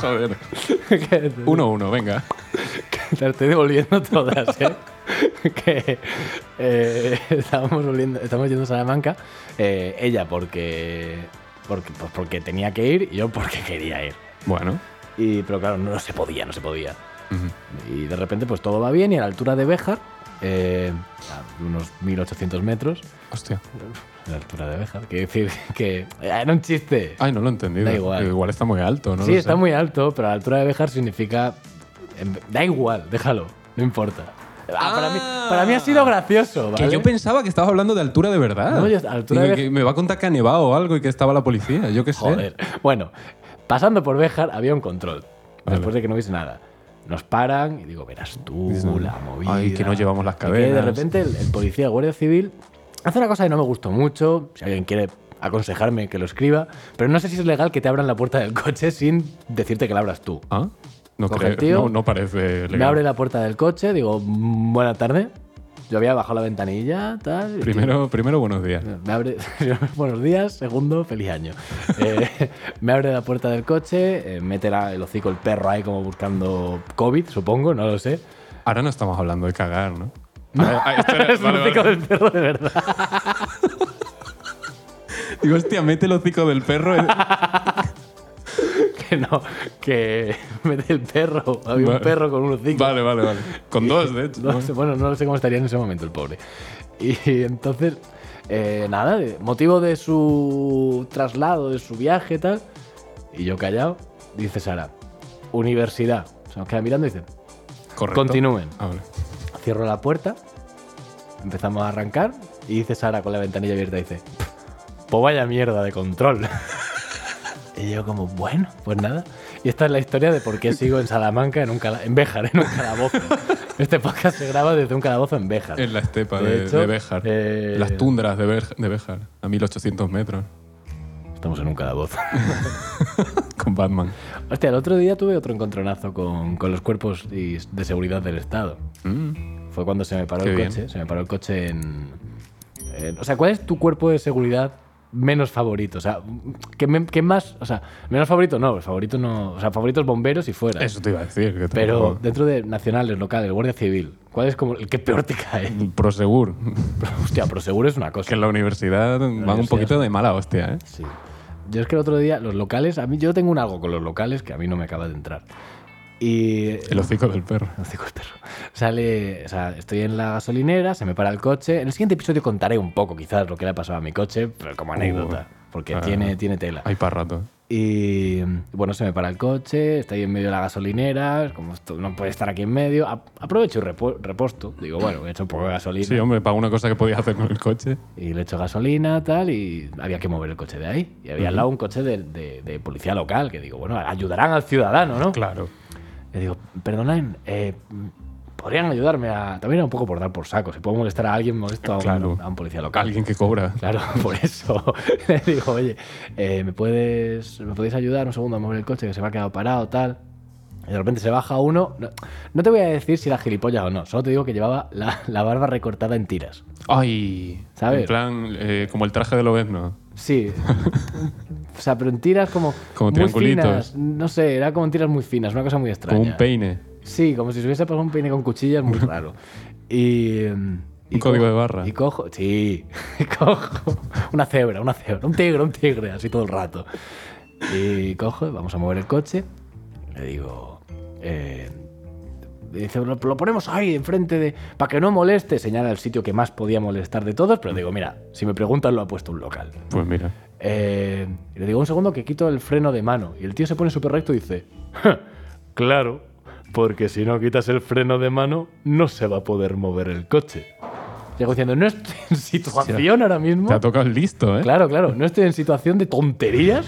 [SPEAKER 1] Joder.
[SPEAKER 2] Que-
[SPEAKER 1] Uno, uno, venga.
[SPEAKER 2] Te las estoy devolviendo todas, ¿eh? que eh, estábamos, volviendo, estábamos yendo a Salamanca, eh, ella porque, porque, pues porque tenía que ir y yo porque quería ir.
[SPEAKER 1] Bueno.
[SPEAKER 2] Y, pero claro, no se podía, no se podía. Y de repente pues todo va bien y a la altura de Béjar, eh, a unos 1800 metros,
[SPEAKER 1] Hostia.
[SPEAKER 2] a la altura de Béjar, quiero decir que eh, era un chiste.
[SPEAKER 1] Ay, no lo he entendido.
[SPEAKER 2] Da igual.
[SPEAKER 1] está muy alto, ¿no?
[SPEAKER 2] sí,
[SPEAKER 1] lo
[SPEAKER 2] está
[SPEAKER 1] sé.
[SPEAKER 2] muy alto, pero a la altura de Béjar significa. em, Da igual, déjalo, no importa. Ah, Para, mí, para mí ha sido gracioso, ¿vale?
[SPEAKER 1] Ah. Que yo pensaba que estabas hablando de altura de verdad.
[SPEAKER 2] No, yo- altura
[SPEAKER 1] Digo,
[SPEAKER 2] de-
[SPEAKER 1] que me va a contar que ha nevado o algo y que estaba la policía, yo qué sé.
[SPEAKER 2] Joder. Bueno, pasando por Béjar había un control.
[SPEAKER 1] Vale.
[SPEAKER 2] Después de que no hubiese nada. Nos paran y digo, verás tú
[SPEAKER 1] Dicen,
[SPEAKER 2] la movida.
[SPEAKER 1] "Ay, que no llevamos las
[SPEAKER 2] Y que de
[SPEAKER 1] cadenas".
[SPEAKER 2] repente el, el policía, el guardia civil, hace una cosa que no me gustó mucho. Si alguien quiere aconsejarme que lo escriba, pero no sé si es legal que te abran la puerta del coche sin decirte que la abras tú.
[SPEAKER 1] Ah, no
[SPEAKER 2] Coge
[SPEAKER 1] creo-
[SPEAKER 2] el tío,
[SPEAKER 1] no, no parece legal.
[SPEAKER 2] Me abre la puerta del coche, digo, "Mm, buena tarde. Yo había bajado la ventanilla, tal. y-
[SPEAKER 1] Primero, primero buenos días.
[SPEAKER 2] Me abre, buenos días, segundo, feliz año. Eh, me abre la puerta del coche, eh, mete la- el hocico el perro ahí como buscando COVID, supongo, no lo sé.
[SPEAKER 1] Ahora no estamos hablando de cagar, ¿no? Ah, ah, espera,
[SPEAKER 2] Es
[SPEAKER 1] vale,
[SPEAKER 2] el hocico
[SPEAKER 1] vale.
[SPEAKER 2] del perro de verdad.
[SPEAKER 1] Digo, hostia, mete el hocico del perro. eh.
[SPEAKER 2] Que no, que mete el perro. Había
[SPEAKER 1] Vale.
[SPEAKER 2] un perro con un hocico.
[SPEAKER 1] vale, vale, vale. Con dos, de hecho.
[SPEAKER 2] No sé, bueno, no lo sé cómo estaría en ese momento el pobre. Y entonces, eh, nada, de- motivo de su traslado, de su viaje y tal. Y yo callado, dice Sara, universidad. Se nos queda mirando y dice,
[SPEAKER 1] Correcto.
[SPEAKER 2] continúen.
[SPEAKER 1] Ah, vale.
[SPEAKER 2] Cierro la puerta, empezamos a arrancar y dice Sara con la ventanilla abierta, dice, pues vaya mierda de control. y yo como, bueno, pues nada. Y esta es la historia de por qué sigo en Salamanca, en un cala- en Béjar, en un calabozo. este podcast se graba desde un calabozo en Béjar.
[SPEAKER 1] En la estepa
[SPEAKER 2] De
[SPEAKER 1] de,
[SPEAKER 2] hecho,
[SPEAKER 1] de Béjar.
[SPEAKER 2] eh,
[SPEAKER 1] Las tundras de, Ber- de Béjar, a 1800 metros,
[SPEAKER 2] Estamos en un calabozo.
[SPEAKER 1] con Batman.
[SPEAKER 2] Hostia, el otro día tuve otro encontronazo con, con los cuerpos y- de seguridad del Estado.
[SPEAKER 1] Mm.
[SPEAKER 2] Fue cuando se me paró
[SPEAKER 1] Qué
[SPEAKER 2] el
[SPEAKER 1] bien.
[SPEAKER 2] coche. Se me paró el coche en, en- O sea, ¿cuál es tu cuerpo de seguridad menos favorito? O sea, ¿qué, me- qué más. O sea, menos favorito no, pues favorito no. O sea, favoritos bomberos y fuera.
[SPEAKER 1] Eso te iba a decir. Que
[SPEAKER 2] Pero
[SPEAKER 1] tampoco-
[SPEAKER 2] dentro de nacionales, locales, Guardia Civil, ¿cuál es como el que peor te cae?
[SPEAKER 1] Prosegur,
[SPEAKER 2] Hostia, pero seguro es una cosa.
[SPEAKER 1] que en la universidad van un poquito de mala hostia, ¿eh?
[SPEAKER 2] Sí. Yo es que el otro día, los locales, a mí yo tengo un algo con los locales que a mí no me acaba de entrar. Y
[SPEAKER 1] El hocico del perro.
[SPEAKER 2] No sé cuál perro. Sale, o sea, estoy en la gasolinera, se me para el coche. En el siguiente episodio contaré un poco quizás lo que le ha pasado a mi coche, pero como anécdota, porque
[SPEAKER 1] ah.
[SPEAKER 2] tiene, tiene tela.
[SPEAKER 1] Hay para rato.
[SPEAKER 2] Y bueno, se me para el coche, estoy en medio de la gasolinera, es como esto no puede estar aquí en medio, a- aprovecho y repo- reposto. Digo, bueno, voy a echar un poco de gasolina.
[SPEAKER 1] Sí, hombre, para una cosa que podías hacer con el coche.
[SPEAKER 2] Y le echo gasolina, tal, y había que mover el coche de ahí. Y había al lado un coche de, de- de policía local, que digo, bueno, ayudarán al ciudadano, ¿no?
[SPEAKER 1] Claro.
[SPEAKER 2] Le digo, perdonen, eh, podrían ayudarme a. También era un poco por dar por saco. Si puedo molestar a alguien, molesto a un,
[SPEAKER 1] Claro.
[SPEAKER 2] a un policía local.
[SPEAKER 1] Alguien que cobra.
[SPEAKER 2] Claro, por eso. Le digo, oye, eh, ¿me, puedes, ¿me podéis ayudar un segundo a mover el coche que se me ha quedado parado, tal? Y de repente se baja uno. No, no te voy a decir si era gilipollas o no, solo te digo que llevaba la, la barba recortada en tiras.
[SPEAKER 1] Ay,
[SPEAKER 2] ¿Sabes?
[SPEAKER 1] en plan, eh, como el traje de Lobezno.
[SPEAKER 2] Sí. o sea, pero en tiras como.
[SPEAKER 1] Como
[SPEAKER 2] muy
[SPEAKER 1] triangulitos.
[SPEAKER 2] finas. No sé, era como en tiras muy finas, una cosa muy extraña.
[SPEAKER 1] Como un peine.
[SPEAKER 2] Sí, como si se hubiese pasado un peine con cuchillas, muy raro. Y. mm, y
[SPEAKER 1] Un código de barra.
[SPEAKER 2] Y cojo, sí, y cojo una cebra, una cebra, un tigre, un tigre, así todo el rato. Y cojo, vamos a mover el coche. Le digo, eh, dice, lo, lo ponemos ahí, enfrente de. para que no moleste. Señala el sitio que más podía molestar de todos, pero digo, mira, si me preguntan, lo ha puesto un local.
[SPEAKER 1] Pues mira.
[SPEAKER 2] Eh, y le digo un segundo que quito el freno de mano. Y el tío se pone súper recto y dice: "Ja, Claro, porque si no quitas el freno de mano, no se va a poder mover el coche. Llego diciendo, no estoy en situación ahora mismo.
[SPEAKER 1] Te ha tocado el listo, ¿eh?
[SPEAKER 2] Claro, claro. No estoy en situación de tonterías,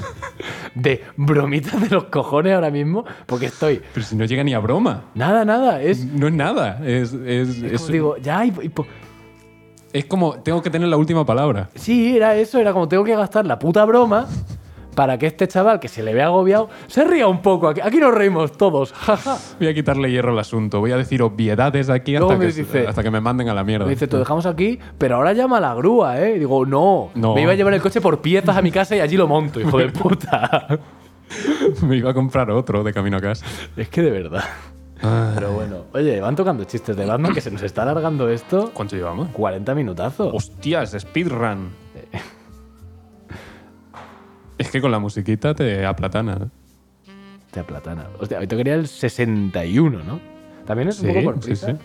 [SPEAKER 2] de bromitas de los cojones ahora mismo, porque estoy.
[SPEAKER 1] Pero si no llega ni a broma.
[SPEAKER 2] Nada, nada. Es.
[SPEAKER 1] No es nada. Es, es,
[SPEAKER 2] es
[SPEAKER 1] es-
[SPEAKER 2] como digo, ya, y- y po-
[SPEAKER 1] es como, tengo que tener la última palabra.
[SPEAKER 2] sí, era eso, era como tengo que gastar la puta broma para que este chaval que se le ve agobiado se ría un poco. Aquí, aquí nos reímos todos, jaja.
[SPEAKER 1] Voy a quitarle hierro al asunto. Voy a decir obviedades aquí hasta,
[SPEAKER 2] Luego
[SPEAKER 1] que,
[SPEAKER 2] me dice-
[SPEAKER 1] hasta que me manden a la mierda.
[SPEAKER 2] Me dice, te dejamos aquí, pero ahora llama a la grúa, ¿eh? Y digo, no,
[SPEAKER 1] No.
[SPEAKER 2] me iba a llevar el coche por piezas a mi casa y allí lo monto, hijo de puta.
[SPEAKER 1] me iba a comprar otro de camino a casa.
[SPEAKER 2] es que de verdad. Pero bueno, oye, van tocando chistes de Batman que se nos está alargando esto.
[SPEAKER 1] ¿Cuánto llevamos?
[SPEAKER 2] 40 minutazos.
[SPEAKER 1] Hostias, speedrun. Es que con la musiquita te aplatana.
[SPEAKER 2] Hostia, platana. Hostia, hoy te quería el 61, ¿no? También es un poco por prisa.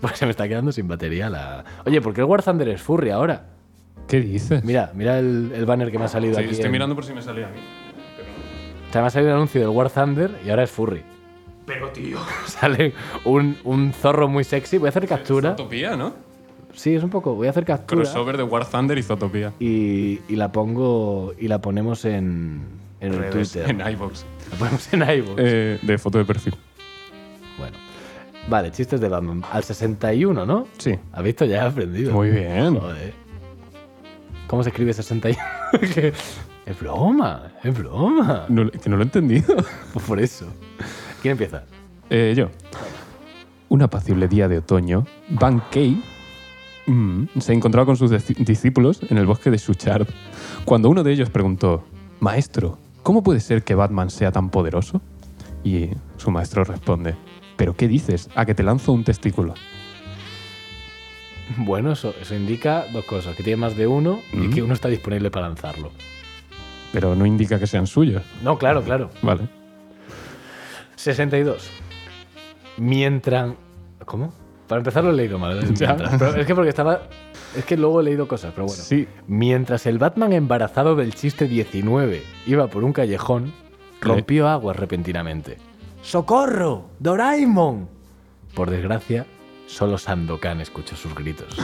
[SPEAKER 2] Pues se me está quedando sin batería la. Oye, ¿por qué el War Thunder es furry ahora?
[SPEAKER 1] ¿Qué dices?
[SPEAKER 2] Mira, mira el, el banner que me ha salido
[SPEAKER 1] Sí,
[SPEAKER 2] aquí.
[SPEAKER 1] estoy
[SPEAKER 2] en-
[SPEAKER 1] mirando por si me salía a mí.
[SPEAKER 2] O sea, me ha salido el anuncio del War Thunder y ahora es furry. Pero, tío. Sale un, un zorro muy sexy. Voy a hacer captura.
[SPEAKER 1] Zootopía, ¿no?
[SPEAKER 2] Sí, es un poco. Voy a hacer captura.
[SPEAKER 1] Crossover de War Thunder y Zootopía.
[SPEAKER 2] Y, y la pongo. Y la ponemos en. En el Twitter.
[SPEAKER 1] En iVoox.
[SPEAKER 2] La ponemos en iVoox.
[SPEAKER 1] Eh, de foto de perfil.
[SPEAKER 2] Bueno. Vale, chistes de Batman. Al 61, ¿no?
[SPEAKER 1] Sí.
[SPEAKER 2] ¿Has visto? Ya he aprendido.
[SPEAKER 1] Muy bien.
[SPEAKER 2] Joder. ¿Cómo se escribe 61? Que- es broma, es broma.
[SPEAKER 1] No- que no lo he entendido.
[SPEAKER 2] Pues por eso. ¿Quién empieza?
[SPEAKER 1] Eh, yo. Un apacible día de otoño, Van Kay mm, se encontraba con sus deci- discípulos en el bosque de Suchard. Cuando uno de ellos preguntó, Maestro, ¿cómo puede ser que Batman sea tan poderoso? Y su maestro responde, ¿pero qué dices? A que te lanzo un testículo.
[SPEAKER 2] Bueno, eso, eso indica dos cosas: que tiene más de uno y
[SPEAKER 1] Mm.
[SPEAKER 2] que uno está disponible para lanzarlo.
[SPEAKER 1] Pero no indica que sean suyos.
[SPEAKER 2] No, claro, claro.
[SPEAKER 1] Vale.
[SPEAKER 2] 62. Mientras. ¿Cómo? Para empezar lo he leído mal. es
[SPEAKER 1] Ya.
[SPEAKER 2] mientras. Pero es que porque estaba. Es que luego he leído cosas, pero bueno.
[SPEAKER 1] Sí.
[SPEAKER 2] Mientras el Batman embarazado del chiste 19 iba por un callejón, rompió aguas repentinamente. ¡Socorro! ¡Doraemon! Por desgracia, solo Sandokan escuchó sus gritos.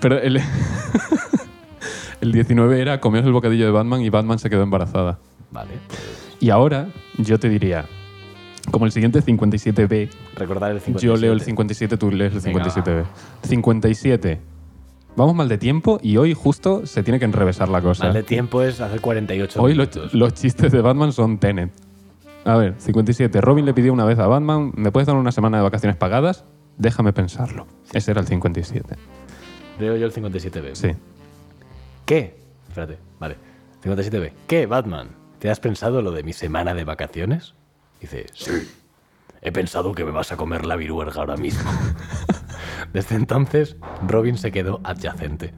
[SPEAKER 1] Pero el, el 19 era comió el bocadillo de Batman y Batman se quedó embarazada.
[SPEAKER 2] Vale. pues,
[SPEAKER 1] Y ahora yo te diría, como el siguiente 57B
[SPEAKER 2] Recordar el 57.
[SPEAKER 1] Yo leo el 57, tú lees el
[SPEAKER 2] Venga,
[SPEAKER 1] 57B. 57. Vamos mal de tiempo y hoy justo se tiene que enrevesar la cosa.
[SPEAKER 2] Mal de tiempo es hacer 48
[SPEAKER 1] Hoy los,
[SPEAKER 2] minutos.
[SPEAKER 1] los chistes de Batman son Tenet. A ver, 57. Robin le pidió una vez a Batman, ¿me puedes dar una semana de vacaciones pagadas? Déjame pensarlo. Ese era el 57.
[SPEAKER 2] Leo yo el 57B.
[SPEAKER 1] Sí.
[SPEAKER 2] ¿Qué? Espérate, vale. 57B. ¿Qué, Batman? ¿Te has pensado lo de mi semana de vacaciones? Dice, sí. He pensado que me vas a comer la viruerga ahora mismo. Desde entonces, Robin se quedó adyacente.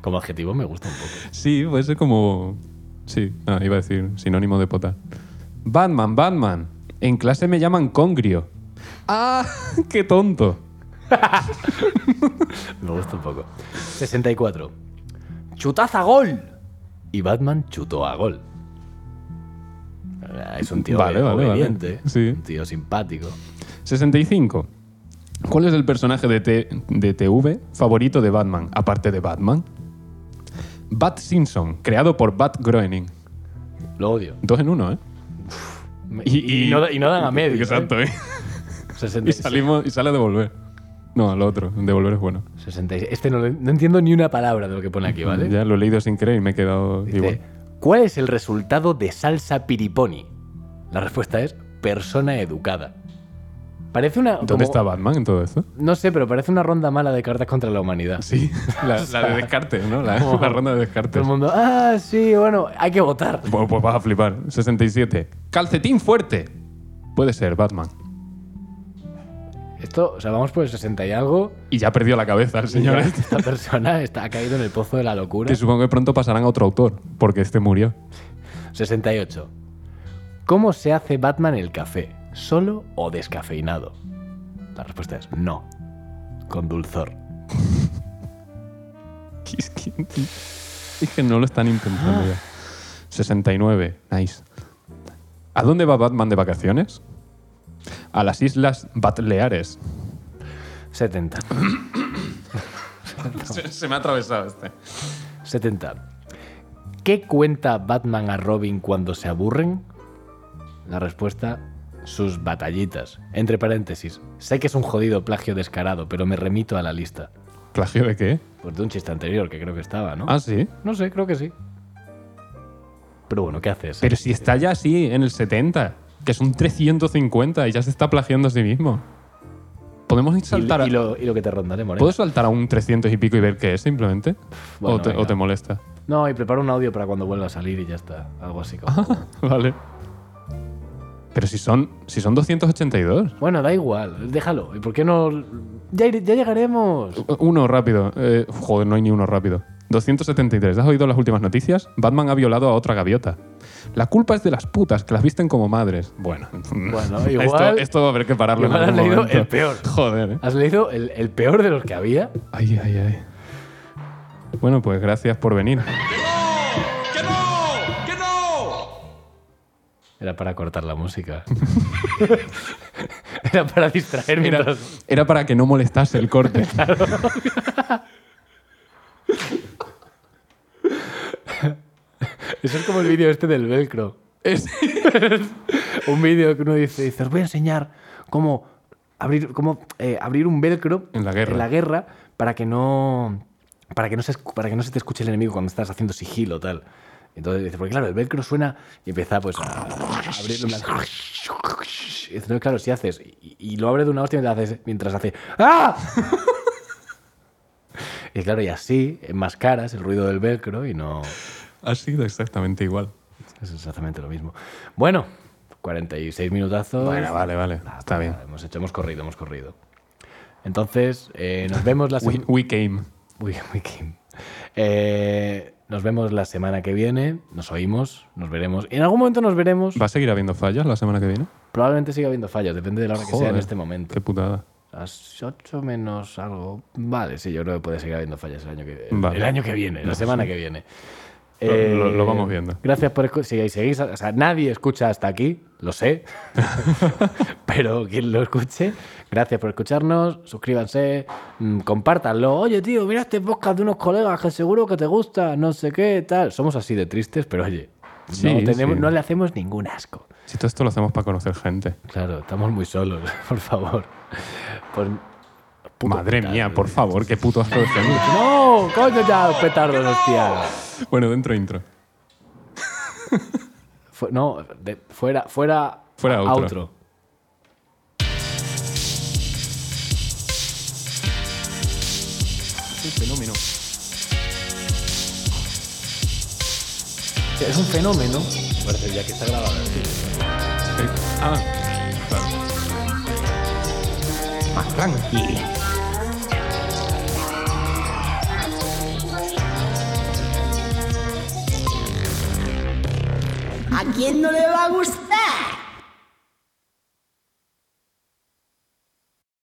[SPEAKER 2] Como adjetivo me gusta un poco.
[SPEAKER 1] Sí, puede ser como... Sí, ah, iba a decir sinónimo de pota. Batman, Batman. En clase me llaman Congrio. ¡Ah! ¡Qué tonto!
[SPEAKER 2] Me gusta un poco. 64. ¡Chutaz a gol! Y Batman chutó a gol. Ah, Es un tío
[SPEAKER 1] Vale, vale, vale.
[SPEAKER 2] obediente,
[SPEAKER 1] Sí.
[SPEAKER 2] un tío simpático.
[SPEAKER 1] 65. ¿Cuál es el personaje de, T- de TV favorito de Batman, aparte de Batman? Bat Simpson, creado por Bat Groening.
[SPEAKER 2] Lo odio.
[SPEAKER 1] Dos en uno, ¿eh?
[SPEAKER 2] Y, y no, da- y no dan a medio. ¿eh?
[SPEAKER 1] Exacto, ¿eh?
[SPEAKER 2] 60
[SPEAKER 1] Y, salimos, y sale de volver. No, al otro. De volver es bueno.
[SPEAKER 2] 66. Este no, lo- no entiendo ni una palabra de lo que pone aquí, ¿vale?
[SPEAKER 1] Ya lo he leído sin querer y me he quedado
[SPEAKER 2] Dice,
[SPEAKER 1] igual.
[SPEAKER 2] ¿Cuál es el resultado de salsa piriponi? La respuesta es persona educada. Parece una.
[SPEAKER 1] ¿Dónde
[SPEAKER 2] como-
[SPEAKER 1] está Batman en todo esto?
[SPEAKER 2] No sé, pero parece una ronda mala de cartas contra la humanidad.
[SPEAKER 1] Sí, la, la de descartes, ¿no? La, la ronda de
[SPEAKER 2] Todo
[SPEAKER 1] descartes.
[SPEAKER 2] el mundo, ah, sí, bueno, hay que votar.
[SPEAKER 1] Bueno, pues vas a flipar. 67. Calcetín fuerte. Puede ser Batman.
[SPEAKER 2] Esto, o sea, vamos por el 60 y algo.
[SPEAKER 1] Y ya perdió la cabeza el
[SPEAKER 2] y ya
[SPEAKER 1] señor. este.
[SPEAKER 2] Esta persona está, ha caído en el pozo de la locura.
[SPEAKER 1] Que supongo que pronto pasarán a otro autor, porque este murió.
[SPEAKER 2] 68. ¿Cómo se hace Batman el café? ¿Solo o descafeinado? La respuesta es no. Con dulzor.
[SPEAKER 1] Es que, es que no lo están intentando ya. 69. Nice. ¿A dónde va Batman de vacaciones? A las Islas Batleares.
[SPEAKER 2] 70.
[SPEAKER 1] Se, se me ha atravesado este.
[SPEAKER 2] 70. ¿Qué cuenta Batman a Robin cuando se aburren? La respuesta, sus batallitas. Entre paréntesis, sé que es un jodido plagio descarado, pero me remito a la lista.
[SPEAKER 1] ¿Plagio de qué?
[SPEAKER 2] Pues de un chiste anterior que creo que estaba, ¿no?
[SPEAKER 1] Ah, sí.
[SPEAKER 2] No sé, creo que sí. Pero bueno, ¿qué haces?
[SPEAKER 1] Pero si está ya así, en el 70, que son 350 y ya se está plagiando a sí mismo. Podemos
[SPEAKER 2] y,
[SPEAKER 1] saltar a...
[SPEAKER 2] y lo, y lo que te rondaré, Moreno.
[SPEAKER 1] ¿Puedo saltar a un 300 y pico y ver qué es simplemente?
[SPEAKER 2] Bueno,
[SPEAKER 1] ¿O, te,
[SPEAKER 2] venga.
[SPEAKER 1] o te molesta?
[SPEAKER 2] No, y preparo un audio para cuando vuelva a salir y ya está. Algo así como...
[SPEAKER 1] vale. Pero si son, si son 282.
[SPEAKER 2] Bueno, da igual, déjalo. ¿Y por qué no...? Ya, iré- ya llegaremos.
[SPEAKER 1] Uno rápido. Eh, joder, no hay ni uno rápido. 273. ¿Has oído las últimas noticias? Batman ha violado a otra gaviota. La culpa es de las putas que las visten como madres. Bueno,
[SPEAKER 2] Bueno,
[SPEAKER 1] esto-
[SPEAKER 2] igual-
[SPEAKER 1] esto, va a haber que pararlo. en
[SPEAKER 2] igual
[SPEAKER 1] algún
[SPEAKER 2] has leído
[SPEAKER 1] momento.
[SPEAKER 2] el peor.
[SPEAKER 1] Joder, eh.
[SPEAKER 2] ¿Has leído el, el peor de los que había?
[SPEAKER 1] Ay, ay, ay. Bueno, pues gracias por venir.
[SPEAKER 2] Era para cortar la música. Era para distraer
[SPEAKER 1] Era,
[SPEAKER 2] mientras...
[SPEAKER 1] era para que no molestase el corte.
[SPEAKER 2] Eso es como el vídeo este del velcro.
[SPEAKER 1] Es-
[SPEAKER 2] Un vídeo que uno dice, dice, os voy a enseñar cómo abrir, cómo, eh, abrir un velcro
[SPEAKER 1] En la guerra.
[SPEAKER 2] guerra para que no para que no se escu- para que no se te escuche el enemigo cuando estás haciendo sigilo tal. Entonces dice, porque claro, el velcro suena y empieza pues a a abrirlo en plan. Y dice, no, claro, si haces y, y lo abre de una hostia mientras hace, mientras hace ¡Ah! y claro, y así enmascaras el ruido del velcro y no
[SPEAKER 1] ha sido exactamente igual.
[SPEAKER 2] es exactamente lo mismo. Bueno, 46 minutazos.
[SPEAKER 1] Bueno, vale, vale. Está bien.
[SPEAKER 2] Hemos hecho, hemos corrido, hemos corrido. Entonces, eh, nos vemos la
[SPEAKER 1] We,
[SPEAKER 2] semana.
[SPEAKER 1] we came.
[SPEAKER 2] eh, nos vemos la semana que viene. Nos oímos, nos veremos. En algún momento nos veremos.
[SPEAKER 1] ¿Va a seguir habiendo fallas la semana que viene?
[SPEAKER 2] Probablemente siga habiendo fallas, depende de la hora que sea en
[SPEAKER 1] Joder,
[SPEAKER 2] este momento.
[SPEAKER 1] Qué putada.
[SPEAKER 2] Las 8 menos algo. Vale, sí, yo creo que puede seguir habiendo fallas el año que, el-
[SPEAKER 1] Vale.
[SPEAKER 2] el año que viene, la semana que viene. Eh,
[SPEAKER 1] Lo- lo- lo vamos viendo.
[SPEAKER 2] Gracias por escuchar. Si seguís, o sea, nadie escucha hasta aquí, lo sé. Pero quien lo escuche, gracias por escucharnos. Suscríbanse, mm, compártanlo. Oye, tío, mira este podcast de unos colegas que seguro que te gusta, no sé qué, tal. Somos así de tristes, pero oye, no,
[SPEAKER 1] Sí,
[SPEAKER 2] tenemos-
[SPEAKER 1] sí.
[SPEAKER 2] no le hacemos ningún asco.
[SPEAKER 1] Si todo esto lo hacemos para conocer gente.
[SPEAKER 2] Claro, estamos muy solos, por favor. Pues- puto
[SPEAKER 1] Madre
[SPEAKER 2] petardo.
[SPEAKER 1] mía, por favor, qué puto asco de gente.
[SPEAKER 2] ¡No! ¡Coño ya, petardo, hostia!
[SPEAKER 1] Bueno, dentro intro.
[SPEAKER 2] Fu- no, de- fuera, fuera,
[SPEAKER 1] Fuera outro.
[SPEAKER 2] Es un fenómeno. Parece ya que está grabado.
[SPEAKER 1] Eh, Ah, claro. Más tranqui.
[SPEAKER 3] ¿A quién no le va a gustar?